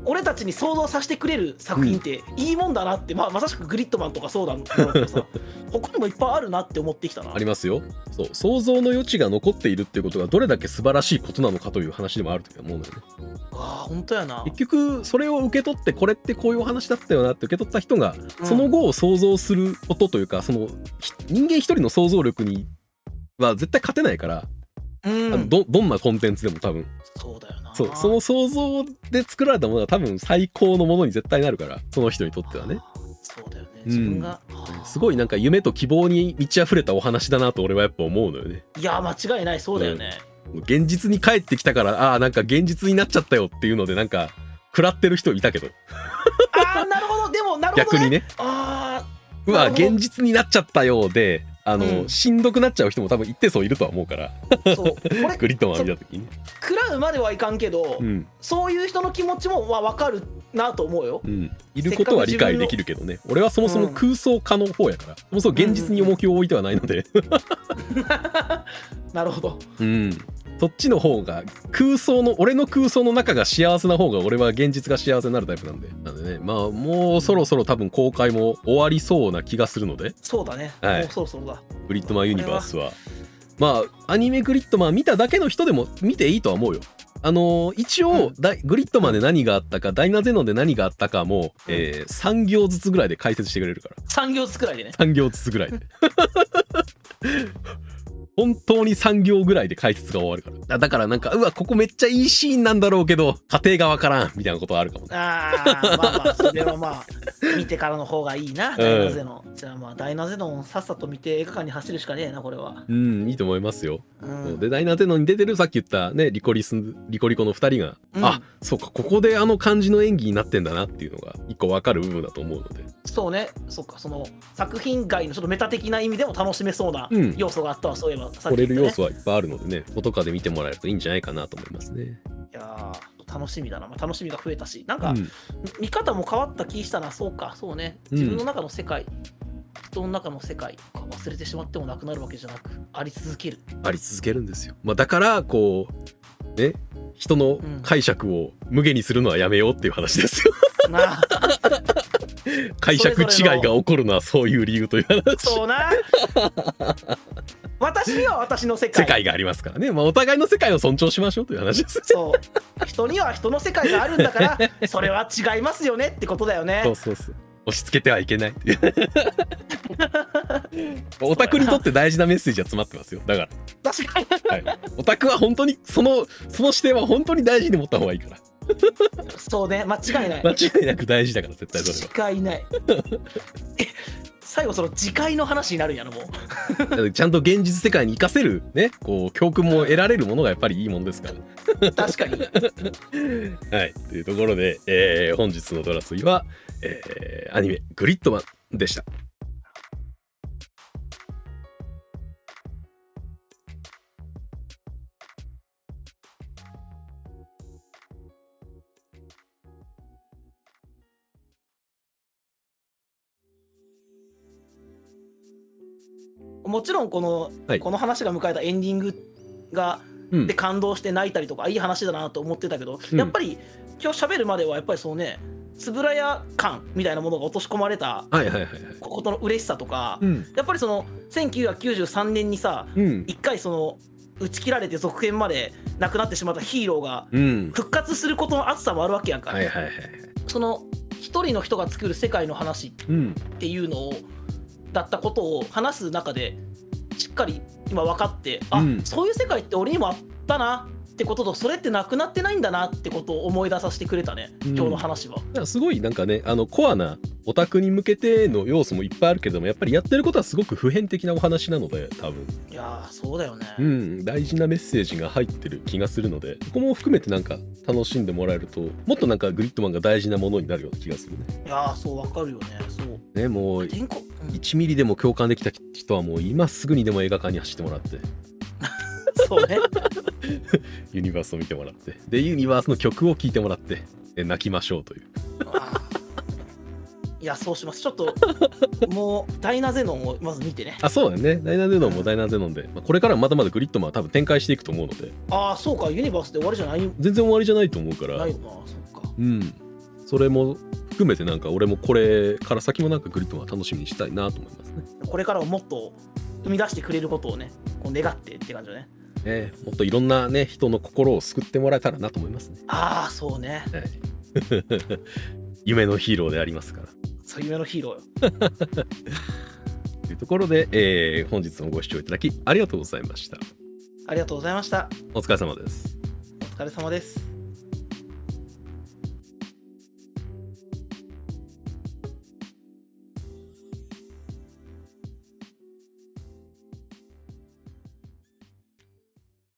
Speaker 1: 俺たちに想像させてくれる作品っていいもんだなって、まあ、まさしくグリッドマンとかそうなんだけどさ他にもいっぱいあるなって思ってきたな
Speaker 2: ありますよそう想像の余地が残っているっていうことがどれだけ素晴らしいことなのかという話でもあると思うのよね
Speaker 1: あー本当やな
Speaker 2: 結局それを受け取ってこれってこういうお話だったよなって受け取った人がその後を想像することというかそのひ人間一人の想像力には絶対勝てないから、
Speaker 1: う
Speaker 2: あの
Speaker 1: ん
Speaker 2: どどんなコンテンツでも多分
Speaker 1: そうだよな
Speaker 2: そうその想像で作られたものが多分最高のものに絶対なるからその人にとってはね
Speaker 1: あーそうだよね
Speaker 2: うん
Speaker 1: 自分が、
Speaker 2: すごいなんか夢と希望に満ち溢れたお話だなと俺はやっぱ思うのよね
Speaker 1: いや間違いないそうだよね、
Speaker 2: 現実に帰ってきたからああーなんか現実になっちゃったよっていうのでなんか食らってる人いたけど
Speaker 1: ああなるほどでもなるほ
Speaker 2: 逆
Speaker 1: ど、ね、
Speaker 2: にね
Speaker 1: ああ
Speaker 2: うわ
Speaker 1: なるほど
Speaker 2: 現実になっちゃったようであの、
Speaker 1: うん
Speaker 2: しんどくなっちゃう人も多分一定数いるとは思うから
Speaker 1: そう俺
Speaker 2: グリッドマン見た時にね
Speaker 1: 食らうまではいかんけど、
Speaker 2: うん
Speaker 1: そういう人の気持ちもまあ分かるなと思うよ、
Speaker 2: うんいることは理解できるけどね俺はそもそも
Speaker 1: うん
Speaker 2: 空想家の方やから、そもそも現実に重きを置いてはないので、
Speaker 1: なるほど
Speaker 2: うん、そっちの方が空想の俺の空想の中が幸せな方が俺は現実が幸せになるタイプなんでなんでねまあもうそろそろ多分公開も終わりそうな気がするので
Speaker 1: そうだね、
Speaker 2: はい
Speaker 1: もうそろそろだ
Speaker 2: グリッドマンユニバースはまあアニメグリッドマン見ただけの人でも見ていいとは思うよあのー一応、ダイグリッドマンで何があったかダイナゼノンで何があったかも、えー、3行ずつぐらいで解説してくれるから
Speaker 1: 3行ずつくらいでね
Speaker 2: 3行ずつぐらいで <laughs> 本当に3行ぐらいで解説が終わるからあだからなんかうわここめっちゃいいシーンなんだろうけど家庭がわからんみたいなことはあるかもね
Speaker 1: ああまあまあそれはまあ見てからの方がいいなダイナゼノン、じゃあまあダイナゼノンをさっさと見て映画館に走るしかねえなこれは
Speaker 2: うんいいと思いますよ、
Speaker 1: うん
Speaker 2: でダイナゼノンに出てるさっき言ったねリコリスリコリコの2人が、
Speaker 1: うん
Speaker 2: あそうかここであの感じの演技になってんだなっていうのが一個わかる部分だと思うので
Speaker 1: そうねそっかその作品外のちょっとメタ的な意味でも楽しめそうな
Speaker 2: うん
Speaker 1: 要素があったわ、そういえばさっ
Speaker 2: 惚
Speaker 1: き言っ
Speaker 2: れ
Speaker 1: た、
Speaker 2: る
Speaker 1: ね、
Speaker 2: 要素はいっぱいあるのでね音かで見てもらえるといいんじゃないかなと思いますね。
Speaker 1: いやー楽しみだな、まあ、楽しみが増えたしなん
Speaker 2: う
Speaker 1: か、
Speaker 2: ん
Speaker 1: 見方も変わった気したなそうかそうね
Speaker 2: うん
Speaker 1: 自分の中の世界、人の中の世界とか忘れてしまってもなくなるわけじゃなくあり続ける
Speaker 2: あり続けるんですよ。まあ、だからこうね人の解釈を無限にするのはやめようっていう話ですよ。
Speaker 1: <laughs>
Speaker 2: <laughs>
Speaker 1: なあ
Speaker 2: 解釈違いが起こるのはそういう理由という話。
Speaker 1: そうな私には私の世界
Speaker 2: 世界がありますからね、まあ、お互いの世界を尊重しましょうという話です。
Speaker 1: そう人には人の世界があるんだからそれは違いますよねってことだよね
Speaker 2: そうそうそう押し付けてはいけ <laughs> ないっていうオタクにとって大事なメッセージは詰まってますよだから
Speaker 1: 確かに
Speaker 2: オタクは本当にそのその視点は本当に大事に持った方がいいから
Speaker 1: そうね間違いない
Speaker 2: 間違いなく大事だから絶対それ
Speaker 1: 間
Speaker 2: は
Speaker 1: 違いない <laughs> え最後その次回の話になるんやろもう
Speaker 2: <laughs> だからちゃんと現実世界に生かせるねこう教訓も得られるものがやっぱりいいものですか
Speaker 1: 確かに
Speaker 2: らはいというところで、えー本日のドラスイは、えーアニメ「グリッドマン」でした
Speaker 1: もちろんこの、
Speaker 2: はい
Speaker 1: この話が迎えたエンディングが
Speaker 2: うん
Speaker 1: で感動して泣いたりとかいい話だなと思ってたけど、
Speaker 2: うん
Speaker 1: やっぱり今日喋るまではやっぱりそのね円谷感みたいなものが落とし込まれた
Speaker 2: はいはいはいはい
Speaker 1: ことの嬉しさとか、
Speaker 2: うん
Speaker 1: やっぱりその1993年にさ
Speaker 2: うん
Speaker 1: 一回その打ち切られて続編まで亡くなってしまったヒーローが
Speaker 2: うん
Speaker 1: 復活することの熱さもあるわけやんか、
Speaker 2: はいはいはい
Speaker 1: その一人の人が作る世界の話
Speaker 2: うん
Speaker 1: っていうのをだったことを話す中でしっかり今分かってあ、
Speaker 2: うん
Speaker 1: そういう世界って俺にもあったなってこととそれってなくなってないんだなってことを思い出させてくれたね
Speaker 2: うん
Speaker 1: 今日の話は、
Speaker 2: だからすごいなんかねあのコアなオタクに向けての要素もいっぱいあるけれどもやっぱりやってることはすごく普遍的なお話なので多分、
Speaker 1: いやーそうだよね、
Speaker 2: うん、大事なメッセージが入ってる気がするのでここも含めてなんか楽しんでもらえるともっとなんかグリッドマンが大事なものになるような気がするね。
Speaker 1: いやーそうわかるよねそう
Speaker 2: ねもう
Speaker 1: 天候、うん
Speaker 2: 1ミリでも共感できた人はもう今すぐにでも映画館に走ってもらって <laughs>
Speaker 1: そうね
Speaker 2: ユニバースを見てもらってでユニバースの曲を聴いてもらってで泣きましょうという
Speaker 1: あーいやそうしますちょっともうダイナゼノンをまず見てね
Speaker 2: あそうだねダイナゼノンもダイナゼノンで、まあこれからもまだまだグリッドマンは多分展開していくと思うので
Speaker 1: ああそうかユニバースで終わりじゃない
Speaker 2: 全然終わりじゃないと思うから
Speaker 1: ないよなそうか
Speaker 2: うんそれも含めてなんか俺もこれから先もなんかグリッドマンは楽しみにしたいなと思いますね
Speaker 1: これからをもっと生み出してくれることをねこう願ってって感じだね
Speaker 2: ねもっといろんなね人の心を救ってもらえたらなと思いますね、 <laughs>
Speaker 1: ああそうね
Speaker 2: はい、夢のヒーローでありますから
Speaker 1: そう夢のヒーローよ
Speaker 2: というところで、えー本日もご視聴いただきありがとうございました
Speaker 1: ありがとうございました
Speaker 2: お疲れ様です
Speaker 1: お疲れ様です